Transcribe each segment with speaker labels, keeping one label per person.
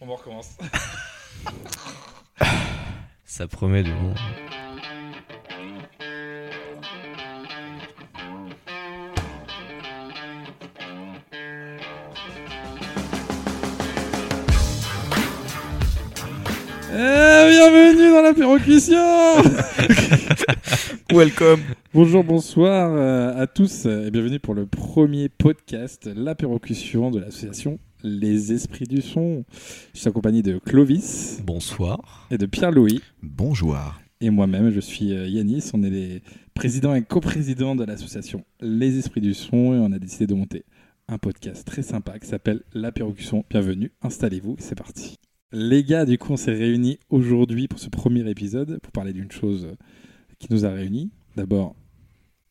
Speaker 1: On en recommence.
Speaker 2: Ça promet de bon.
Speaker 3: Eh, bienvenue dans la perrocution
Speaker 2: Welcome.
Speaker 3: Bonjour, bonsoir euh, à tous euh, et bienvenue pour le premier podcast La perrocution de l'association Les Esprits du Son. Je suis accompagné de Clovis
Speaker 2: Bonsoir.
Speaker 3: et de Pierre-Louis
Speaker 4: Bonjour.
Speaker 3: et moi-même, je suis euh, Yanis. On est les présidents et coprésidents de l'association Les Esprits du Son et on a décidé de monter un podcast très sympa qui s'appelle La perrocution. Bienvenue, installez-vous, c'est parti. Les gars, du coup, on s'est réunis aujourd'hui pour ce premier épisode pour parler d'une chose qui nous a réunis. D'abord,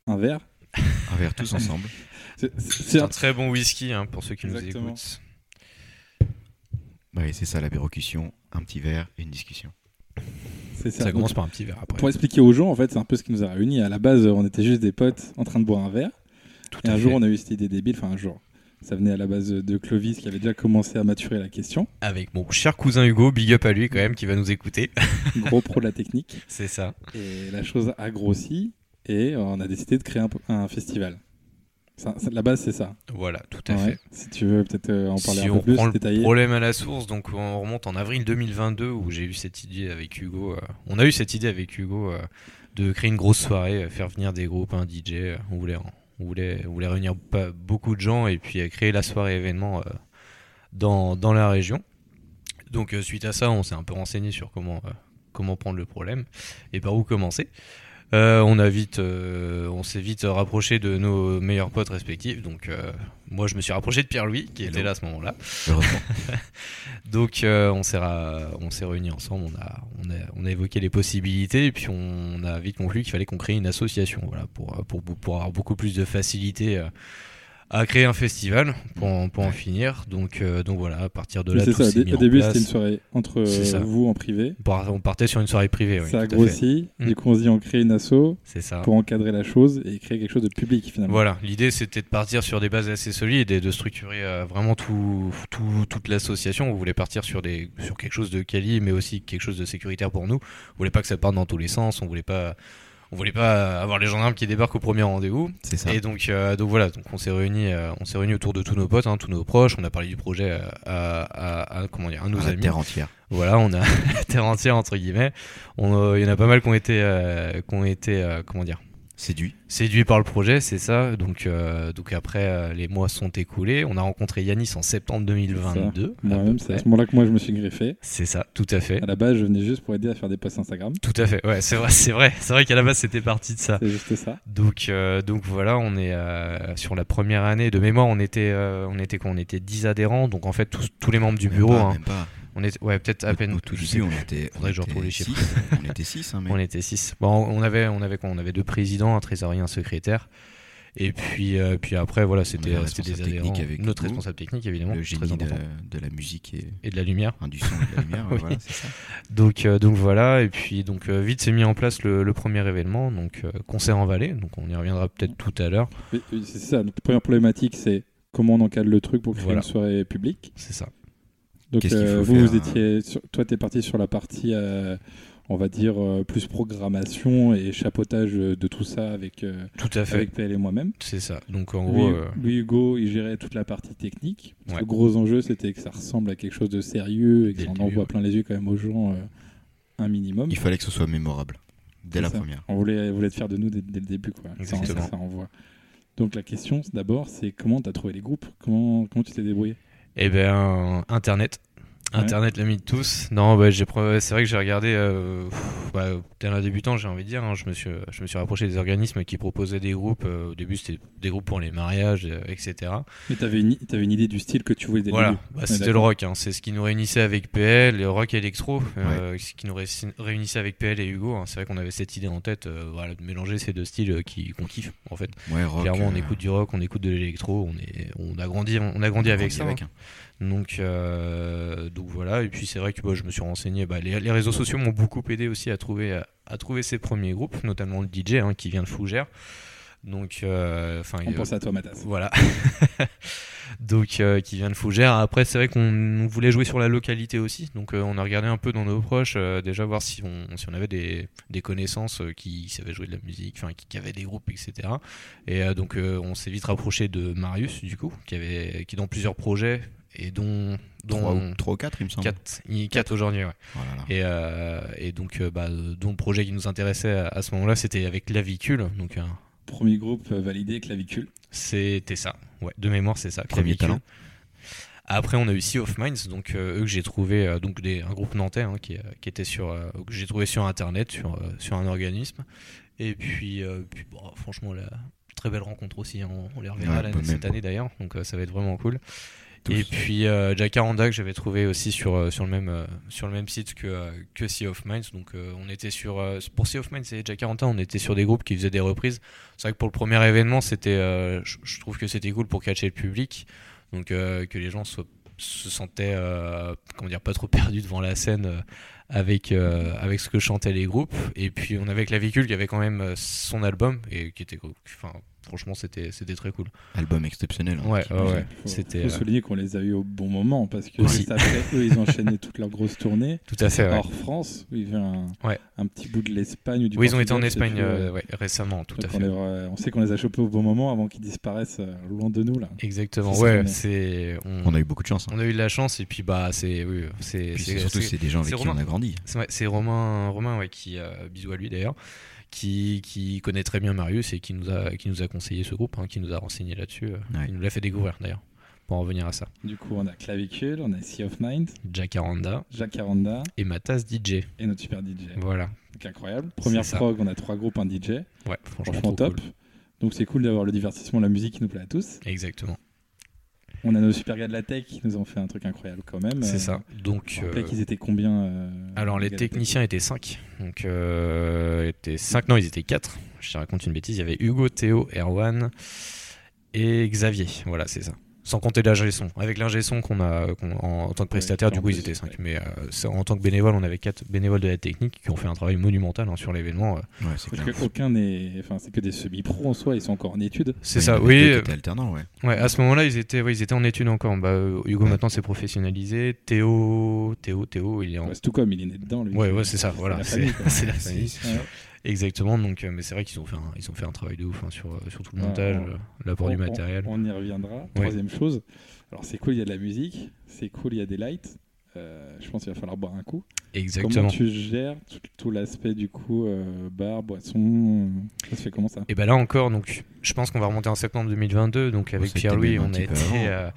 Speaker 3: un verre.
Speaker 4: Un verre tous ensemble.
Speaker 3: C'est- c'est-
Speaker 2: C'est
Speaker 3: c'est
Speaker 2: un très bon whisky hein, pour ceux qui nous
Speaker 3: Exactement.
Speaker 2: écoutent.
Speaker 4: Bah oui, c'est ça la perrocution, un petit verre et une discussion.
Speaker 3: c'est ça.
Speaker 2: Ça
Speaker 3: Donc,
Speaker 2: commence par un petit verre après.
Speaker 3: Pour expliquer aux gens, en fait, c'est un peu ce qui nous a réunis. À la base, on était juste des potes en train de boire un verre.
Speaker 2: Tout
Speaker 3: Et
Speaker 2: à
Speaker 3: un
Speaker 2: fait.
Speaker 3: jour, on a eu cette idée débile. Enfin, un jour. Ça venait à la base de Clovis qui avait déjà commencé à maturer la question.
Speaker 2: Avec mon cher cousin Hugo, big up à lui quand même, qui va nous écouter.
Speaker 3: Gros pro de la technique.
Speaker 2: Mm. C'est ça.
Speaker 3: Et la chose a grossi. Et on a décidé de créer un, un festival. Ça, ça- la base, c'est ça.
Speaker 2: Voilà, tout à
Speaker 3: Ouais.
Speaker 2: fait.
Speaker 3: Si tu veux peut-être euh, en parler
Speaker 2: si
Speaker 3: un
Speaker 2: on
Speaker 3: peu plus,
Speaker 2: prend le
Speaker 3: détailler.
Speaker 2: problème à la source, donc on remonte en avril 2022 où j'ai eu cette idée avec Hugo. euh, on a eu cette idée avec Hugo euh, de créer une grosse soirée, euh, faire venir des groupes, un DJ. euh, on voulait, on voulait, on voulait réunir pas- beaucoup de gens et puis euh, créer la soirée événement euh, dans, dans la région. Donc euh, suite à ça, on s'est un peu renseigné sur comment euh, comment prendre le problème et par où commencer. Euh, on a vite, euh, on s'est vite rapproché de nos meilleurs potes respectifs. Donc euh, moi, je me suis rapproché de Pierre Louis qui
Speaker 4: Hello.
Speaker 2: était là à ce moment-là.
Speaker 4: Heureusement.
Speaker 2: Donc euh, on s'est ra- on s'est réunis ensemble, on a, on, a, on a évoqué les possibilités et puis on a vite conclu qu'il fallait qu'on crée une association voilà, pour, euh, pour, bou- pour avoir beaucoup plus de facilité euh, à créer un festival pour, en- pour en finir. Donc, euh, donc voilà, à partir de
Speaker 3: Mais
Speaker 2: là,
Speaker 3: C'est
Speaker 2: tout
Speaker 3: ça. Au
Speaker 2: s'est
Speaker 3: dé-
Speaker 2: mis
Speaker 3: au
Speaker 2: en
Speaker 3: début,
Speaker 2: place.
Speaker 3: c'était une soirée entre
Speaker 2: C'est
Speaker 3: euh,
Speaker 2: ça.
Speaker 3: vous en privé.
Speaker 2: On par- On partait sur une soirée privée, oui.
Speaker 3: ça a
Speaker 2: tout à fait.
Speaker 3: grossi.
Speaker 2: Mm. Ah.
Speaker 3: Du coup, on se dit on crée une asso
Speaker 2: C'est ça.
Speaker 3: pour encadrer la chose et créer quelque chose de public
Speaker 4: Mmh.
Speaker 3: finalement.
Speaker 2: Voilà, l'idée c'était de partir sur des bases assez solides et de structurer euh, vraiment tout, tout- toute l'association. On voulait partir sur, des, sur quelque chose de quali, mais aussi quelque chose de sécuritaire pour nous. On voulait pas que ça parte dans tous les sens, on voulait pas, on voulait pas avoir les gendarmes qui débarquent au premier rendez-vous.
Speaker 4: C'est ça.
Speaker 2: Et donc, euh, donc voilà, donc on s'est réunis, euh, on s'est réunis autour de tous nos potes, hein, tous nos proches. On a parlé du projet euh, à, à- à- comment dire, à nos
Speaker 4: À la
Speaker 2: amis.
Speaker 4: terre entière. voilà.
Speaker 2: Voilà, on a la terre entière entre guillemets. On, euh, Il y en a pas mal qui ont été, euh, qui ont été euh, comment dire
Speaker 4: Séduit.
Speaker 2: séduit par le projet, c'est ça. Donc, euh, donc après, euh, les mois sont écoulés. On a rencontré Yanis en septembre 2022. à peu
Speaker 3: Moi-même, c'est à
Speaker 2: près.
Speaker 3: ce moment-là que moi je me suis greffé.
Speaker 2: C'est ça, tout à
Speaker 4: Ah.
Speaker 2: fait.
Speaker 3: À la base, je venais juste pour aider à faire des posts Instagram.
Speaker 2: Tout à fait, ouais, c'est vrai, c'est vrai. C'est vrai qu'à la base, c'était parti de ça.
Speaker 3: C'est juste ça.
Speaker 2: Donc, euh, donc voilà, on est euh, sur la première année de mémoire. On était, euh, on était quoi On était 10 adhérents. Donc en fait, tous, tous les membres du
Speaker 4: Même
Speaker 2: bureau.
Speaker 4: pas,
Speaker 2: hein.
Speaker 4: même pas.
Speaker 2: on était, ouais, peut-être à
Speaker 4: Au-
Speaker 2: peine.
Speaker 4: Au tout
Speaker 2: je sais
Speaker 4: début, on était.
Speaker 2: Faudrait que je
Speaker 4: on
Speaker 2: retrouve les
Speaker 4: était
Speaker 2: chiffres.
Speaker 4: six. on était 6, hein, mais.
Speaker 2: On était 6. Bon, on avait, on avait quoi On avait deux présidents, un trésorier, un secrétaire. Et puis, euh, puis après, voilà, c'était
Speaker 4: avait un
Speaker 2: c'était des
Speaker 4: responsable
Speaker 2: adhérents.
Speaker 4: technique avec
Speaker 2: Notre
Speaker 4: nous,
Speaker 2: responsable technique, évidemment.
Speaker 4: Le
Speaker 2: très
Speaker 4: génie
Speaker 2: important.
Speaker 4: de, de la musique et
Speaker 2: Et de la lumière.
Speaker 4: enfin, du son et de la lumière.
Speaker 2: Oui.
Speaker 4: voilà, c'est ça.
Speaker 2: Donc, euh, donc voilà, et puis donc euh, vite s'est mis en place le, le premier événement, donc euh, concert en vallée, donc on y reviendra peut-être tout à l'heure,
Speaker 3: Et- et C'est ça. La première problématique, c'est comment on encadre le truc pour créer
Speaker 2: Voilà.
Speaker 3: une soirée publique.
Speaker 2: c'est ça.
Speaker 3: Donc,
Speaker 4: Qu'est-ce qu'il
Speaker 3: euh,
Speaker 4: faut
Speaker 3: vous,
Speaker 4: faire,
Speaker 3: vous
Speaker 4: hein
Speaker 3: étiez. sur- Toi, t'es parti sur la partie, euh, on va dire, euh, plus programmation et chapeautage euh, de tout ça avec, euh,
Speaker 2: Tout à fait,
Speaker 3: avec PL et moi-même.
Speaker 2: c'est ça. Donc en gros,
Speaker 3: Lui,
Speaker 2: euh,
Speaker 3: lui, Hugo, il gérait toute la partie technique.
Speaker 2: Ouais.
Speaker 3: Le gros enjeu, c'était que ça ressemble à quelque chose de sérieux et
Speaker 2: Dès le
Speaker 3: qu'on
Speaker 2: début,
Speaker 3: envoie
Speaker 2: ouais.
Speaker 3: plein les yeux quand même aux gens euh, un minimum.
Speaker 4: Il fallait que ce soit mémorable. Dès
Speaker 3: C'est
Speaker 4: la
Speaker 3: ça.
Speaker 4: première.
Speaker 3: On voulait, on voulait te faire de nous dès, dès le début, quoi. Ça, on-
Speaker 2: Exactement.
Speaker 3: ça, on voit. Donc la question, c'est d'abord, c'est comment t'as trouvé les groupes Comment, comment tu t'es débrouillé
Speaker 2: eh bien Internet,
Speaker 3: Ouais.
Speaker 2: Internet l'ami de tous. Non, bah, j'ai pro- c'est vrai que j'ai regardé, euh, pff, bah, tel un débutant, j'ai envie de dire, hein, je, me suis, je me suis rapproché des organismes qui proposaient des groupes, euh, au début c'était des groupes pour les mariages, euh, etc.
Speaker 3: Mais t'avais une, t'avais une idée du style que tu voulais dès le
Speaker 2: Voilà,
Speaker 3: début.
Speaker 2: bah,
Speaker 3: Ouais,
Speaker 2: c'était le
Speaker 3: d'accord.
Speaker 2: rock, hein. c'est ce qui nous réunissait avec PL, le rock et électro, euh, ce qui nous ré- réunissait avec PL et Hugo. hein. C'est vrai qu'on avait cette idée en tête, euh, voilà, de mélanger ces deux styles euh, qui- qu'on kiffe en fait.
Speaker 4: Ouais, rock.
Speaker 2: Clairement, on
Speaker 4: euh,
Speaker 2: écoute du rock, on écoute de l'électro, on est, on a grandi, on a grandi
Speaker 4: on
Speaker 2: avec
Speaker 4: grandit
Speaker 2: ça. hein.
Speaker 4: hein.
Speaker 2: Donc, euh, donc voilà. Et puis c'est vrai que bah, je me suis renseigné. bah, les, les réseaux sociaux m'ont beaucoup aidé aussi à trouver, à, à trouver ces premiers groupes, notamment le DJ hein, qui vient de Fougères. Donc, euh, enfin,
Speaker 3: On
Speaker 2: il-
Speaker 3: pense à toi, Matas.
Speaker 2: voilà. donc euh, qui vient de Fougères. Après, c'est vrai qu'on voulait jouer sur la localité aussi, donc euh, on a regardé un peu dans nos proches, euh, déjà voir si on, si on avait des, des connaissances euh, qui savaient jouer de la musique, enfin qui, qui avaient des groupes, etc. Et euh, donc euh, on s'est vite rapproché de Marius, du coup, qui, avait, qui est dans plusieurs projets et dont, dont
Speaker 4: 3 ou, trois ou 4, il me semble.
Speaker 2: 4, aujourd'hui, ouais.
Speaker 4: Voilà, là.
Speaker 2: Et, euh, et donc, euh, bah, euh, dont le projet qui nous intéressait à, à ce moment-là, c'était avec Clavicule. Donc, euh,
Speaker 3: Premier groupe euh, validé, clavicule.
Speaker 2: c'était ça. Ouais, de mémoire, c'est ça.
Speaker 4: Premier
Speaker 2: Clavicule.
Speaker 4: talent.
Speaker 2: Après, on a eu Sea of Minds, donc euh, eux que j'ai trouvé, euh, donc des, un groupe nantais hein, qui, euh, qui était sur, euh, que j'ai trouvé sur internet, sur, euh, sur un organisme. Et puis, euh, puis bon, franchement, la très belle rencontre aussi. hein. on, on les reverra
Speaker 4: Ouais,
Speaker 2: l'année-
Speaker 4: bonne
Speaker 2: cette
Speaker 4: mémoire.
Speaker 2: année d'ailleurs, donc euh, ça va être vraiment cool.
Speaker 4: Tous.
Speaker 2: Et puis euh, Jacaranda que j'avais trouvé aussi sur, euh, sur, le même, euh, sur le même site que, euh, que Sea of Minds. Donc euh, on était sur euh, pour Sea of Minds et Jacaranda, on était sur des groupes qui faisaient des reprises. C'est vrai que pour le premier événement, c'était euh, je- je trouve que c'était cool pour catcher le public, donc euh, que les gens soient- se sentaient euh, comment dire pas trop perdus devant la scène euh, avec euh, avec ce que chantaient les groupes et puis on avait Clavicule qui avait quand même euh, son album et qui était enfin franchement c'était c'était très cool
Speaker 4: Album exceptionnel. hein.
Speaker 2: ouais ouais, ouais.
Speaker 3: Faut-
Speaker 2: c'était
Speaker 3: faut
Speaker 2: euh,
Speaker 3: souligner qu'on les a eus au bon moment parce que
Speaker 2: Aussi.
Speaker 3: juste après, eux, ils ont enchaîné toute leur grosse tournée.
Speaker 2: euh, tout à fait ouais.
Speaker 3: Hors France, où ils avaient un,
Speaker 2: Ouais.
Speaker 3: un petit bout de l'Espagne. ou du
Speaker 2: oui ils ont été
Speaker 3: Portugal,
Speaker 2: en
Speaker 3: je sais
Speaker 2: Espagne
Speaker 3: plus, ouais.
Speaker 2: euh, ouais, récemment tout à
Speaker 3: Donc on,
Speaker 2: fait
Speaker 3: les- on sait qu'on les a chopés au bon moment avant qu'ils disparaissent euh, loin de nous là.
Speaker 2: exactement
Speaker 3: C'est ça,
Speaker 2: ouais
Speaker 3: mais-
Speaker 2: c'est on,
Speaker 4: On a eu beaucoup de chance. hein.
Speaker 2: on a eu de la chance et puis bah c'est oui c'est
Speaker 4: Puis
Speaker 2: c'est-
Speaker 4: surtout,
Speaker 2: c'est-
Speaker 4: c'est des gens avec
Speaker 2: c'est
Speaker 4: qui
Speaker 2: Romain.
Speaker 4: on a grandi.
Speaker 2: C'est ouais, c'est Romain, Romain ouais, qui, euh, bisous à lui d'ailleurs, qui, qui connaît très bien Marius et qui nous a, qui nous a conseillé ce groupe, hein, qui nous a renseigné là-dessus, euh,
Speaker 4: Ouais.
Speaker 2: qui nous l'a fait découvrir d'ailleurs, pour en revenir à ça.
Speaker 3: Du coup, on a Clavicule, on a Sea of Mind,
Speaker 2: Jacaranda
Speaker 3: Jacaranda
Speaker 2: et Matas DJ.
Speaker 3: et notre super DJ.
Speaker 2: Voilà,
Speaker 3: Donc incroyable. Première
Speaker 2: C'est ça.
Speaker 3: prog, on a trois groupes, un DJ.
Speaker 2: ouais, franchement,
Speaker 3: Franchement
Speaker 2: trop
Speaker 3: top.
Speaker 2: cool.
Speaker 3: Donc c'est cool d'avoir le divertissement, la musique qui nous plaît à tous.
Speaker 2: Exactement,
Speaker 3: On a nos super gars de la tech qui nous ont fait un truc incroyable quand même.
Speaker 2: c'est
Speaker 3: Euh,
Speaker 2: ça. Donc,
Speaker 3: Je rappelais
Speaker 2: euh,
Speaker 3: qu'ils étaient combien euh,
Speaker 2: alors les
Speaker 3: gars de la tech
Speaker 2: techniciens étaient 5. Donc, euh, étaient 5, non, ils étaient 4. Je te raconte une bêtise, il y avait Hugo, Théo, Erwan et Xavier. Voilà, c'est ça. Sans compter l'ingé son. Avec l'ingé son qu'on a qu'on- en, en tant que prestataire,
Speaker 3: qui est
Speaker 2: du
Speaker 3: en
Speaker 2: coup,
Speaker 3: plus,
Speaker 2: ils étaient 5.
Speaker 3: ouais.
Speaker 2: Mais euh, ça, en tant que bénévole, on avait 4 bénévoles de la technique qui ont fait un travail monumental hein, sur l'événement. euh.
Speaker 4: Ouais, c'est
Speaker 3: Parce
Speaker 4: clair.
Speaker 3: que aucun n'est. Enfin, c'est que des semi-pro en soi, ils sont encore en études.
Speaker 2: C'est
Speaker 4: Ouais, il y
Speaker 2: ça,
Speaker 4: en avait
Speaker 2: oui.
Speaker 4: deux qui
Speaker 2: euh,
Speaker 4: étaient alternants, ouais.
Speaker 2: Ouais, à ce moment-là, ils étaient, ouais, ils étaient en études encore. Bah, euh, Hugo,
Speaker 4: Ouais.
Speaker 2: maintenant, s'est professionnalisé. Théo, Théo, Théo, il est en.
Speaker 3: Ouais, c'est tout comme, il est né dedans lui.
Speaker 2: Ouais, ouais, c'est ça, voilà.
Speaker 3: la
Speaker 2: C'est
Speaker 3: famille, quoi.
Speaker 2: c'est la
Speaker 4: C'est-
Speaker 2: famille.
Speaker 3: Ouais.
Speaker 2: Exactement, donc, euh, mais c'est vrai qu'ils ont, fait un- ils ont fait un travail de ouf hein, sur, euh, sur tout le
Speaker 3: Ouais,
Speaker 2: montage,
Speaker 3: ouais.
Speaker 2: euh, l'apport du
Speaker 3: On- on-
Speaker 2: matériel.
Speaker 3: On, y reviendra. Troisième chose. Alors c'est cool, il y a de la musique. C'est cool, il y a des lights. Euh, je pense qu'il va falloir boire un coup.
Speaker 2: Exactement.
Speaker 3: Comment tu gères tout, tout l'aspect du coup euh, bar, boisson euh, Ça se fait comment ça
Speaker 2: Et ben là encore, donc, je pense qu'on va remonter en septembre 2022, donc avec
Speaker 4: c'était
Speaker 2: Pierre-Louis,
Speaker 4: même un
Speaker 2: on a
Speaker 4: petit peu
Speaker 2: été.
Speaker 4: avant.
Speaker 2: euh,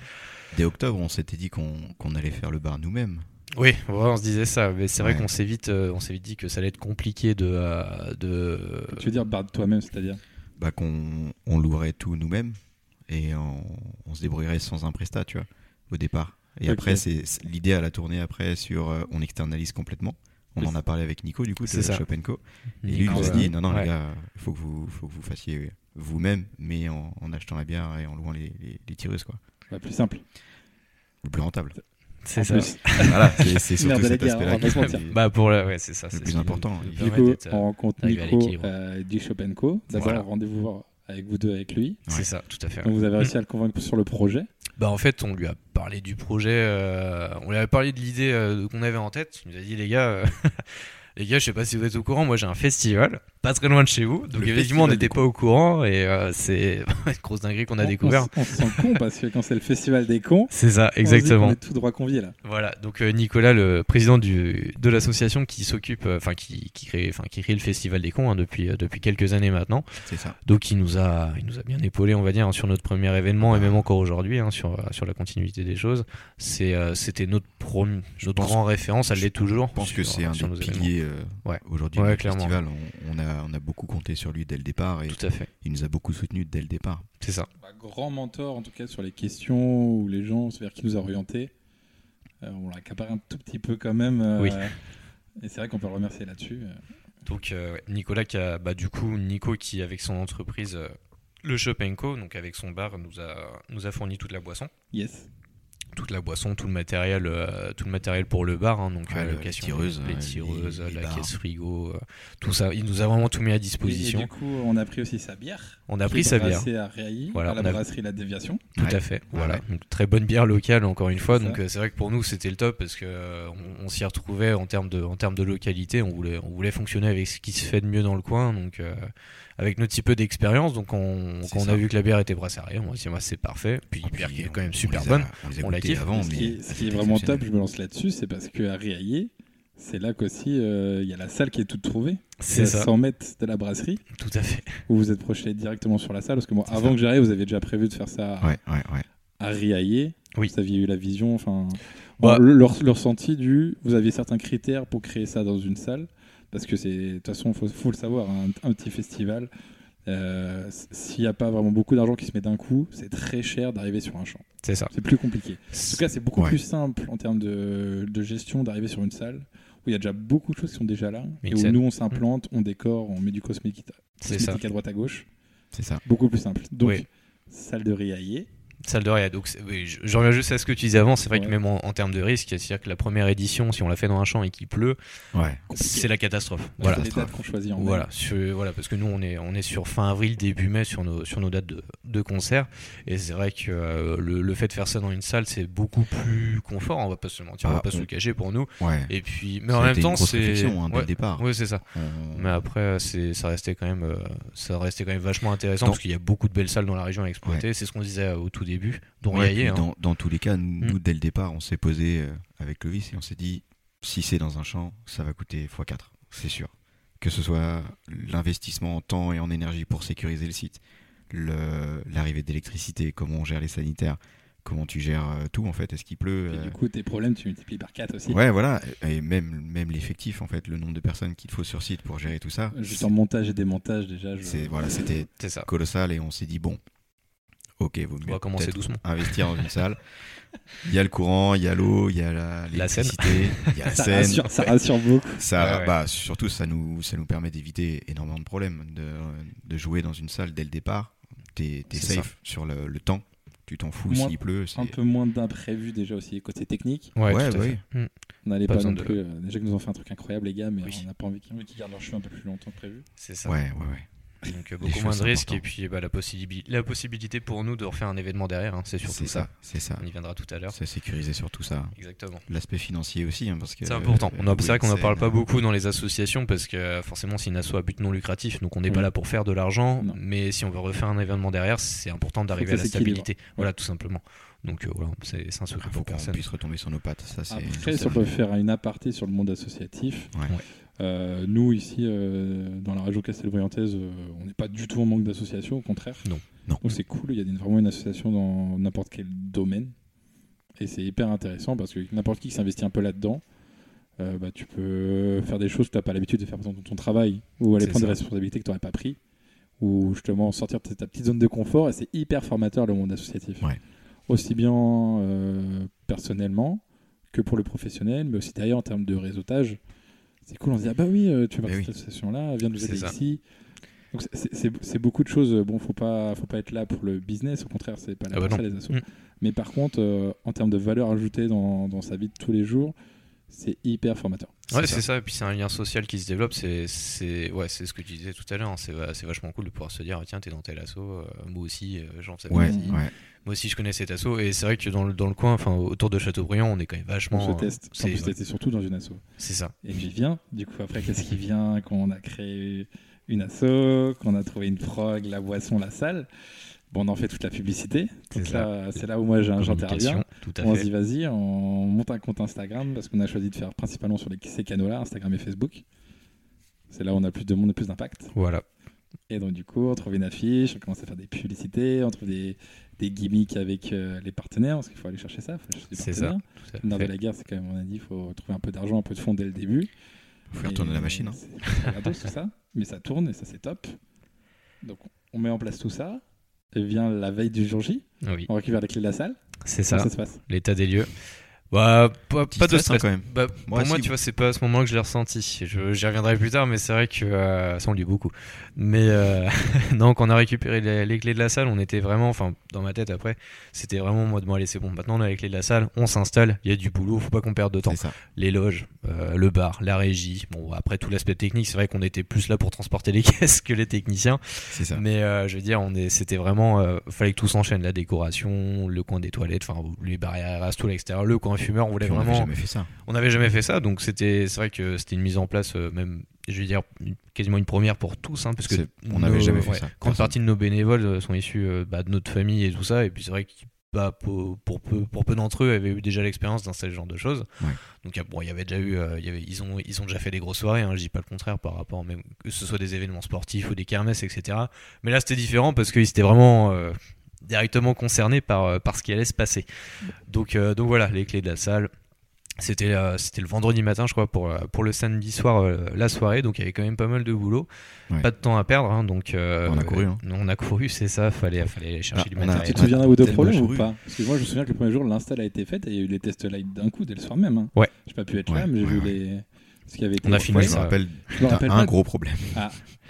Speaker 4: Dès octobre, on s'était dit qu'on qu'on allait faire le bar nous-mêmes.
Speaker 2: Oui, ouais, on se disait ça, mais c'est vrai
Speaker 4: Ouais.
Speaker 2: qu'on s'est vite, euh, on s'est vite dit que ça allait être compliqué de. euh, de...
Speaker 3: Tu veux dire bar de toi-même, c'est-à-dire
Speaker 4: Bah, qu'on on louerait tout nous-mêmes et on, on se débrouillerait sans un prestat, tu vois, au départ. Et
Speaker 3: Ok.
Speaker 4: après, c'est c'est- l'idée à la tournée après sur euh, on externalise complètement. On
Speaker 3: Oui,
Speaker 4: en a parlé avec Nico, du coup,
Speaker 2: C'est
Speaker 4: de
Speaker 2: ça.
Speaker 4: Chopenco. Et
Speaker 2: Nico,
Speaker 4: lui, il nous a
Speaker 2: euh,
Speaker 4: dit non, non,
Speaker 2: ouais.
Speaker 4: les gars, il faut, que vous- faut que vous fassiez euh, vous-même, mais en, en achetant la bière et en louant les, les, les tireuses, quoi.
Speaker 3: Bah, plus simple.
Speaker 4: Le plus rentable.
Speaker 2: C'est
Speaker 3: En
Speaker 2: ça.
Speaker 3: plus.
Speaker 4: voilà, c'est c'est
Speaker 3: Merde de
Speaker 4: surtout
Speaker 3: la
Speaker 4: cet
Speaker 3: guerre, on
Speaker 4: aspect-là
Speaker 3: va pas
Speaker 4: qui
Speaker 3: se mentir.
Speaker 4: est-
Speaker 2: Bah pour le, ouais, c'est ça. c'est
Speaker 4: plus
Speaker 2: ce qui
Speaker 4: important,
Speaker 2: nous- nous
Speaker 4: il
Speaker 3: Du
Speaker 2: permet
Speaker 3: coup,
Speaker 2: d'être, euh,
Speaker 3: on rencontre
Speaker 2: d'arriver à
Speaker 3: Nico
Speaker 2: l'équilibre.
Speaker 3: euh, du Chopenco. D'abord,
Speaker 2: Voilà.
Speaker 3: rendez-vous voir avec vous deux avec lui.
Speaker 2: C'est
Speaker 4: ouais.
Speaker 2: ça, tout à fait.
Speaker 3: Donc vous avez réussi à
Speaker 2: Mm.
Speaker 3: le convaincre sur le projet.
Speaker 2: Bah en fait, on lui a parlé du projet, euh, on lui avait parlé de l'idée euh, qu'on avait en tête. Il nous a dit les gars, euh, les gars, je sais pas si vous êtes au courant, moi j'ai un festival pas très loin de chez vous, donc
Speaker 4: Le
Speaker 2: effectivement on
Speaker 4: festival
Speaker 2: n'était
Speaker 4: du
Speaker 2: pas au courant et euh, c'est une grosse dinguerie qu'on a découvert.
Speaker 3: s- On, se sent con parce que quand c'est le festival des cons,
Speaker 2: C'est
Speaker 3: on se
Speaker 2: ça,
Speaker 3: dit qu'on
Speaker 2: exactement.
Speaker 3: est tout droit convié là.
Speaker 2: Voilà, donc euh, Nicolas, le président du, de l'association qui s'occupe, euh, enfin qui, qui crée, enfin qui crée le festival des cons hein, depuis euh, depuis quelques années maintenant.
Speaker 4: C'est ça.
Speaker 2: Donc il nous a, il nous a bien épaulé, on va dire, hein, sur notre premier événement et même encore aujourd'hui hein, sur, euh, sur la continuité des choses. C'est, euh, c'était notre premier, notre
Speaker 4: pense-
Speaker 2: grand référence, elle
Speaker 4: je
Speaker 2: l'est toujours.
Speaker 4: Je pense que
Speaker 2: Bah, sur-
Speaker 4: c'est un
Speaker 2: sur nos
Speaker 4: des
Speaker 2: événements.
Speaker 4: piliers euh,
Speaker 2: Ouais.
Speaker 4: aujourd'hui
Speaker 2: Ouais,
Speaker 4: du
Speaker 2: clairement.
Speaker 4: festival. On, on a, on a beaucoup compté sur lui dès le départ et
Speaker 2: Tout à fait,
Speaker 4: il nous a beaucoup soutenus dès le départ.
Speaker 2: c'est ça.
Speaker 3: Bah, grand mentor en tout cas sur les questions ou les gens vers qui nous a orientés. Euh, on l'a accaparé un tout petit peu quand même. euh,
Speaker 2: Oui.
Speaker 3: Et c'est vrai qu'on peut le remercier là-dessus. euh.
Speaker 2: Donc euh, ouais, Nicolas qui a, bah, du coup Nico qui avec son entreprise euh, le Shop Co, donc avec son bar nous a, nous a fourni toute la boisson.
Speaker 3: Yes.
Speaker 2: toute la boisson, tout le matériel, euh, tout le matériel pour le bar, hein, donc
Speaker 4: Ouais,
Speaker 2: euh,
Speaker 4: le-
Speaker 2: la
Speaker 4: les
Speaker 2: location,
Speaker 4: tireuses,
Speaker 2: les
Speaker 4: hein,
Speaker 2: tireuses,
Speaker 4: les- les
Speaker 2: la
Speaker 4: barres.
Speaker 2: caisse frigo, euh, tout ça. Il nous a vraiment tout mis à
Speaker 3: Et- Et,
Speaker 2: disposition.
Speaker 3: du coup, on a pris aussi sa bière.
Speaker 2: on a pris sa bière,
Speaker 3: C'est à Réailly,
Speaker 2: Voilà,
Speaker 3: à la
Speaker 2: on a-
Speaker 3: brasserie La Déviation.
Speaker 2: tout
Speaker 4: Ouais.
Speaker 2: à fait. Voilà,
Speaker 4: ouais.
Speaker 2: donc très bonne bière locale encore une fois.
Speaker 3: C'est
Speaker 2: Donc
Speaker 3: ça.
Speaker 2: euh, c'est vrai que pour nous c'était le top parce que euh, on, on s'y retrouvait en termes de en termes de localité. On voulait on voulait fonctionner avec ce qui se fait de mieux dans le coin, donc euh, avec notre petit peu d'expérience. Donc on,
Speaker 4: C'est
Speaker 2: quand on
Speaker 4: ça.
Speaker 2: a vu que la bière était brassarée, on s'est dit bah, c'est parfait. Puis une bière qui est quand même super bonne.
Speaker 4: On
Speaker 2: On la
Speaker 4: l'a
Speaker 2: kiffe.
Speaker 4: avant,
Speaker 3: ce
Speaker 4: mais
Speaker 3: qui est, ce qui est
Speaker 4: c'était
Speaker 3: vraiment
Speaker 4: exceptionnel.
Speaker 3: top, je me lance là-dessus, c'est parce qu'à Réailly, c'est là qu'aussi euh, il y a la salle qui est toute trouvée.
Speaker 2: C'est
Speaker 3: à
Speaker 2: ça,
Speaker 3: 100 mètres de la brasserie,
Speaker 2: tout à fait.
Speaker 3: où vous êtes projeté directement sur la salle. Parce que moi,
Speaker 4: C'est
Speaker 3: avant
Speaker 4: ça.
Speaker 3: que j'arrive, vous aviez déjà prévu de faire ça à-
Speaker 4: Ouais, ouais, ouais.
Speaker 3: à Riaillé.
Speaker 2: Oui.
Speaker 3: Vous aviez eu la vision, enfin,
Speaker 2: Bah-
Speaker 3: le, le- le ressenti du. Vous aviez certains critères pour créer ça dans une salle, parce que c'est de toute façon, faut, faut le savoir, un, un petit festival. euh, s- S'il n'y a pas vraiment beaucoup d'argent qui se met d'un coup, c'est très cher d'arriver sur un champ.
Speaker 2: C'est ça.
Speaker 3: C'est plus compliqué. En tout cas, c'est beaucoup
Speaker 4: Ouais.
Speaker 3: plus simple en termes de, de gestion d'arriver sur une salle où il y a déjà beaucoup de choses qui sont déjà là
Speaker 2: Mais
Speaker 3: et où
Speaker 2: c'est- Mm.
Speaker 3: nous on s'implante, on décore, on met du cosmétique,
Speaker 2: C'est ça.
Speaker 3: cosmétique à droite à gauche.
Speaker 4: C'est ça.
Speaker 3: Beaucoup plus simple. Donc,
Speaker 2: Oui.
Speaker 3: salle de riaillé.
Speaker 2: Salle de rien. Donc, c'est- oui, je, je reviens juste à ce que tu disais avant. C'est vrai
Speaker 3: Ouais.
Speaker 2: que même en, en termes de risque, c'est-à-dire que la première édition, si on la fait dans un champ et qu'il pleut,
Speaker 4: Ouais.
Speaker 2: c'est la catastrophe.
Speaker 3: Voilà.
Speaker 2: Voilà.
Speaker 3: les dates qu'on choisit en
Speaker 2: Voilà, sur- voilà, parce que nous on est, on est sur fin avril, début mai sur nos, sur nos dates de, de concert. Et c'est vrai que euh, le, le fait de faire ça dans une salle c'est beaucoup plus confort, on va pas se le mentir, on va
Speaker 4: Ah,
Speaker 2: pas se
Speaker 4: on-
Speaker 2: le cacher pour nous.
Speaker 4: Ouais.
Speaker 2: Et puis, mais
Speaker 4: Ça
Speaker 2: en
Speaker 4: a
Speaker 2: même
Speaker 4: été une
Speaker 2: temps
Speaker 4: grosse
Speaker 2: c'est.
Speaker 4: réflexion, hein, dès
Speaker 2: ouais,
Speaker 4: le départ.
Speaker 2: ouais, c'est ça.
Speaker 4: On-
Speaker 2: Mais après, c'est, ça restait quand même, euh, ça restait quand même vachement intéressant
Speaker 4: Dans-
Speaker 2: parce qu'il y a beaucoup de belles salles dans la région à exploiter. C'est ce qu'on disait euh, au tout début, dont
Speaker 4: Ouais,
Speaker 2: Riaillet,
Speaker 4: puis
Speaker 2: hein.
Speaker 4: dans, dans tous les cas, nous, nous, dès le départ, on s'est posé euh, avec Lovis et on s'est dit si c'est dans un champ, ça va coûter x4, c'est sûr. Que ce soit l'investissement en temps et en énergie pour sécuriser le site, le- l'arrivée d'électricité, comment on gère les sanitaires, comment tu gères euh, tout en fait, est-ce qu'il pleut
Speaker 3: mai. Et
Speaker 4: euh,
Speaker 3: du coup, tes problèmes, tu multiplies par 4 aussi.
Speaker 4: Ouais, voilà, et même, même l'effectif en fait, le nombre de personnes qu'il faut sur site pour gérer tout ça.
Speaker 3: Juste en montage et démontage, déjà. je-
Speaker 4: c'est- Voilà, c'était
Speaker 2: c'est ça.
Speaker 4: colossal et on s'est dit bon ok vaut mieux
Speaker 2: va commencer
Speaker 4: peut-être
Speaker 2: doucement.
Speaker 4: investir dans une salle il y a le courant il y a l'eau il y a la
Speaker 2: La scène.
Speaker 4: l'électricité, il y a la
Speaker 3: Ça,
Speaker 4: scène
Speaker 3: rassure, ça rassure beaucoup.
Speaker 4: ça
Speaker 2: Ouais, ouais.
Speaker 4: bah surtout ça nous ça nous permet d'éviter énormément de problèmes de, de jouer dans une salle dès le départ t'es t'es
Speaker 2: C'est
Speaker 4: safe sur le, le temps tu t'en fous
Speaker 3: Moins-
Speaker 4: s'il pleut c'est
Speaker 3: Un peu moins d'imprévu, déjà aussi, côté technique.
Speaker 2: Ouais,
Speaker 4: Ouais,
Speaker 2: tout à
Speaker 4: bah
Speaker 2: fait. Mm.
Speaker 3: On n'allait
Speaker 2: Pas
Speaker 3: pas
Speaker 2: besoin
Speaker 3: non
Speaker 2: de-
Speaker 3: plus. euh, déjà qu'ils nous ont fait un truc incroyable, les gars, mais
Speaker 2: Oui.
Speaker 3: on n'a pas envie qu'ils qu'ils gardent leur cheveux un peu plus longtemps que prévu.
Speaker 2: C'est ça.
Speaker 4: ouais ouais ouais
Speaker 2: Donc euh,
Speaker 4: Les
Speaker 2: beaucoup
Speaker 4: choses,
Speaker 2: moins de
Speaker 4: c'est
Speaker 2: risques et
Speaker 4: important.
Speaker 2: puis bah, la, possibilité, la possibilité pour nous de refaire un événement derrière, hein, c'est surtout
Speaker 4: c'est
Speaker 2: ça.
Speaker 4: ça c'est ça
Speaker 2: On y viendra tout à l'heure.
Speaker 4: c'est sécurisé sur tout ça
Speaker 2: Exactement.
Speaker 4: l'aspect financier aussi hein, parce que
Speaker 2: C'est important. On a-
Speaker 4: euh,
Speaker 2: c'est vrai qu'on n'en
Speaker 4: scène,
Speaker 2: parle pas
Speaker 4: euh,
Speaker 2: beaucoup dans les associations parce que euh, forcément c'est une asso à but non lucratif, donc on n'est
Speaker 3: Oui.
Speaker 2: pas là pour faire de l'argent,
Speaker 3: Mm. Non.
Speaker 2: mais si on veut refaire un événement derrière, c'est important d'arriver à
Speaker 3: ça
Speaker 2: la
Speaker 3: s'équilibre.
Speaker 2: stabilité. Voilà, tout simplement. Donc euh, voilà, c'est c'est un secret
Speaker 4: il
Speaker 2: pour
Speaker 4: faut qu'on
Speaker 2: personne.
Speaker 4: puisse retomber sur nos pattes ça c'est
Speaker 3: Après, si on peut faire une aparté sur le monde associatif,
Speaker 4: Ouais.
Speaker 2: Ouais.
Speaker 3: euh, nous ici euh, dans la région castelbriantaise, euh, on n'est pas du tout en manque d'associations, au contraire.
Speaker 2: Non.
Speaker 4: Non.
Speaker 3: Donc c'est cool, il y a une- vraiment une association dans n'importe quel domaine. Et c'est hyper intéressant parce que n'importe qui qui s'investit un peu là-dedans, euh, bah, tu peux faire des choses que tu n'as pas l'habitude de faire dans ton, ton travail ou aller
Speaker 2: C'est
Speaker 3: prendre des
Speaker 2: ça.
Speaker 3: responsabilités que tu n'aurais pas pris ou justement sortir de ta petite zone de confort et c'est hyper formateur le monde associatif.
Speaker 4: Ouais.
Speaker 3: Aussi bien euh, personnellement que pour le professionnel, mais aussi derrière en termes de réseautage. C'est cool, on se dit, ah bah oui, euh, tu vas
Speaker 4: Mais
Speaker 3: dans
Speaker 4: oui.
Speaker 3: cette association-là, viens nous
Speaker 2: C'est
Speaker 3: aider
Speaker 2: ça.
Speaker 3: ici. Donc c'est- c'est- c'est c'est beaucoup de choses. Bon, faut pas, faut pas être là pour le business, au contraire, c'est pas là
Speaker 2: Ah bah
Speaker 3: pour ça
Speaker 2: non.
Speaker 3: les assos.
Speaker 2: Mm.
Speaker 3: Mais par contre, euh, en termes de valeur ajoutée dans, dans sa vie de tous les jours, c'est hyper formateur.
Speaker 2: Ouais, c'est ça. Et puis c'est un lien social qui se développe. C'est, c'est, ouais, c'est ce que tu disais tout à l'heure. hein. C'est, va- c'est vachement cool de pouvoir se dire, Ah, tiens, t'es dans tel asso. euh, moi aussi, euh, j'en savais
Speaker 4: ouais
Speaker 3: Mhm.
Speaker 4: ouais
Speaker 2: Moi aussi, je connais cet asso. Et c'est vrai que dans le, dans le coin, enfin, autour de Châteaubriand, on est quand même
Speaker 3: On
Speaker 2: vachement.
Speaker 3: se teste. En
Speaker 2: c'est-
Speaker 3: plus, t'étais surtout dans une asso.
Speaker 2: C'est ça.
Speaker 3: Et puis vient, du coup après qu'est-ce qui vient Qu'on a créé une asso, qu'on a trouvé une prog, la boisson, la salle. Bon, on en fait toute la publicité.
Speaker 2: C'est
Speaker 3: Donc
Speaker 2: ça.
Speaker 3: là, c'est là où moi j'ai- j'interviens.
Speaker 2: Communication, Tout à
Speaker 3: On se
Speaker 2: fait.
Speaker 3: dit vas-y, on monte un compte Instagram parce qu'on a choisi de faire principalement sur les, ces canaux-là, Instagram et Facebook. C'est là où on a plus de monde et plus d'impact.
Speaker 2: Voilà.
Speaker 3: Et donc du coup, on trouve une affiche, on commence à faire des publicités, on trouve des, des gimmicks avec euh, les partenaires parce qu'il faut aller chercher ça. faut aller chercher des
Speaker 2: C'est ça,
Speaker 3: partenaires.
Speaker 2: tout à
Speaker 3: Le nerf de
Speaker 2: fait.
Speaker 3: la guerre, c'est quand même, on a dit, il faut trouver un peu d'argent, un peu de fonds dès le début.
Speaker 4: faut faire tourner la
Speaker 3: Et
Speaker 4: machine hein.
Speaker 3: c'est- c'est gratos, tout ça. Mais ça tourne et ça, c'est top. Donc, on met en place tout ça. Et vient la veille du jour J.
Speaker 2: Oui,
Speaker 3: On récupère les clés de la salle.
Speaker 2: c'est
Speaker 3: Comment
Speaker 2: ça.
Speaker 3: ça se passe
Speaker 2: L'état des lieux. Bah, pas,
Speaker 4: Petit
Speaker 2: pas de
Speaker 4: stress, hein,
Speaker 2: stress.
Speaker 4: quand même.
Speaker 2: Bah,
Speaker 4: Moi,
Speaker 2: pour moi,
Speaker 4: si.
Speaker 2: tu vois, c'est pas à ce moment que je l'ai ressenti. Je- J'y reviendrai plus tard, mais c'est vrai que euh, ça, on le dit beaucoup. Mais euh, non, quand on a récupéré les, les clés de la salle, on était vraiment, enfin, dans ma tête après, c'était vraiment en mode bon, allez, c'est bon, maintenant on a les clés de la salle, on s'installe, il y a du boulot, faut pas qu'on perde de temps.
Speaker 4: C'est ça.
Speaker 2: Les loges, euh, le bar, la régie, bon, après tout l'aspect technique, c'est vrai qu'on était plus là pour transporter les caisses que les techniciens.
Speaker 4: C'est ça.
Speaker 2: Mais euh, je veux dire, on est, c'était vraiment, euh, fallait que tout s'enchaîne, la décoration, le coin des toilettes, enfin les barrières RS, tout l'extérieur, le coin fumeur, on voulait
Speaker 4: Puis on n'avait
Speaker 2: vraiment,
Speaker 4: jamais fait ça.
Speaker 2: on n'avait jamais fait ça, donc c'était, c'est vrai que c'était une mise en place, euh, même, je veux dire, une- quasiment une première pour tous, hein, parce que
Speaker 4: C'est- on
Speaker 2: nos-
Speaker 4: n'avait jamais fait
Speaker 2: ouais,
Speaker 4: ça.
Speaker 2: Grande
Speaker 4: Personne.
Speaker 2: partie de nos bénévoles euh, sont issus euh, bah, de notre famille et tout ça, et puis c'est vrai que bah, pour, pour peu, pour peu d'entre eux avaient eu déjà l'expérience dans ce genre de choses.
Speaker 4: Ouais.
Speaker 2: Donc euh, bon, il y avait déjà eu, euh, il y avait, ils ont ils ont déjà fait des grosses soirées, hein, je dis pas le contraire par rapport même que ce soit des événements sportifs ou des kermesses, etc. Mais là c'était différent parce qu'ils étaient vraiment euh, directement concernés par euh, par ce qui allait se passer. Donc euh, donc voilà les clés de la salle. C'était euh, c'était le vendredi matin je crois pour euh, pour le samedi soir euh, la soirée donc il y avait quand même pas mal de boulot,
Speaker 4: Ouais.
Speaker 2: pas de temps à perdre hein, donc euh,
Speaker 4: On a couru, hein.
Speaker 2: on a couru c'est ça fallait fallait aller chercher
Speaker 4: Ah,
Speaker 2: du
Speaker 4: on a-
Speaker 2: matériel.
Speaker 3: Tu te souviens d'un ou deux
Speaker 4: Tellement
Speaker 3: problèmes ou
Speaker 4: couru.
Speaker 3: pas Parce que moi, je me souviens que le premier jour, l'install a été faite et il y a eu les tests live d'un coup dès le soir même. hein.
Speaker 2: Ouais.
Speaker 3: J'ai pas pu être
Speaker 4: Ouais,
Speaker 3: là, mais j'ai
Speaker 4: ouais,
Speaker 3: vu
Speaker 4: ouais.
Speaker 3: les. Ce qui avait été.
Speaker 2: On a
Speaker 4: Moi,
Speaker 2: filmé
Speaker 4: je me
Speaker 2: ça.
Speaker 4: rappelle
Speaker 3: Je me
Speaker 4: t'as
Speaker 3: rappelle
Speaker 4: un
Speaker 3: pas.
Speaker 4: gros problème.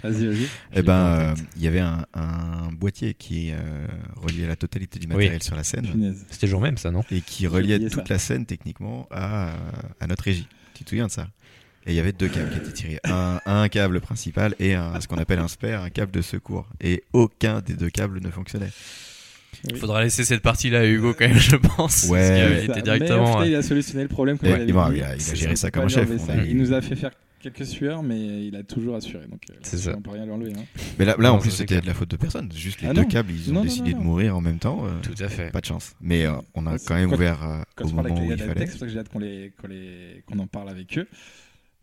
Speaker 3: Vas-y, vas-y.
Speaker 4: Eh ben, euh, il y avait un, un boîtier qui euh, reliait la totalité du matériel sur la scène
Speaker 3: Punaise.
Speaker 2: C'était le jour même ça non
Speaker 4: et qui
Speaker 3: oublié
Speaker 4: reliait
Speaker 3: ça.
Speaker 4: toute la scène techniquement à, euh, à notre régie. Tu te souviens de ça Et il y avait deux câbles qui étaient tirés. Un, un câble principal et un, ce qu'on appelle un spare, un câble de secours. Et aucun des deux câbles ne fonctionnait.
Speaker 3: Oui.
Speaker 2: Faudra laisser cette partie-là à Hugo quand même, je pense. Parce
Speaker 4: Ouais.
Speaker 2: qu'il
Speaker 4: Ouais,
Speaker 3: C'est
Speaker 2: était
Speaker 3: ça. Mais au
Speaker 2: directement.
Speaker 3: final, il a solutionné le problème. comme
Speaker 4: Ouais,
Speaker 3: on l'avait
Speaker 4: il va-
Speaker 3: dit.
Speaker 4: il a- il a
Speaker 3: C'est
Speaker 4: géré ça comme
Speaker 3: pas
Speaker 4: un chef,
Speaker 3: lui enlever
Speaker 4: on
Speaker 3: ça.
Speaker 4: a-
Speaker 3: Il nous a fait faire quelques sueurs, mais il a toujours assuré. Donc, euh,
Speaker 2: C'est ça.
Speaker 3: on peut rien lui enlever. hein.
Speaker 4: Mais là, là
Speaker 2: Non,
Speaker 4: en plus,
Speaker 2: ça, c'est
Speaker 4: c'était
Speaker 2: clair.
Speaker 4: de la faute de personne. Juste les
Speaker 3: Ah
Speaker 4: deux
Speaker 3: non.
Speaker 4: câbles, ils ont
Speaker 3: Non, non,
Speaker 4: décidé
Speaker 3: non,
Speaker 4: de
Speaker 3: non.
Speaker 4: mourir en même temps. euh,
Speaker 2: Tout à fait.
Speaker 4: pas de chance. Mais euh, on a
Speaker 3: Ouais, c'est-
Speaker 4: quand même
Speaker 3: quand-
Speaker 4: ouvert euh,
Speaker 3: Quand
Speaker 4: au
Speaker 3: tu parles
Speaker 4: moment
Speaker 3: avec
Speaker 4: où
Speaker 3: les
Speaker 4: il
Speaker 3: gars de la
Speaker 4: fallait.
Speaker 3: tech, c'est pour ça que j'ai hâte qu'on les, qu'on les- qu'on en parle avec eux.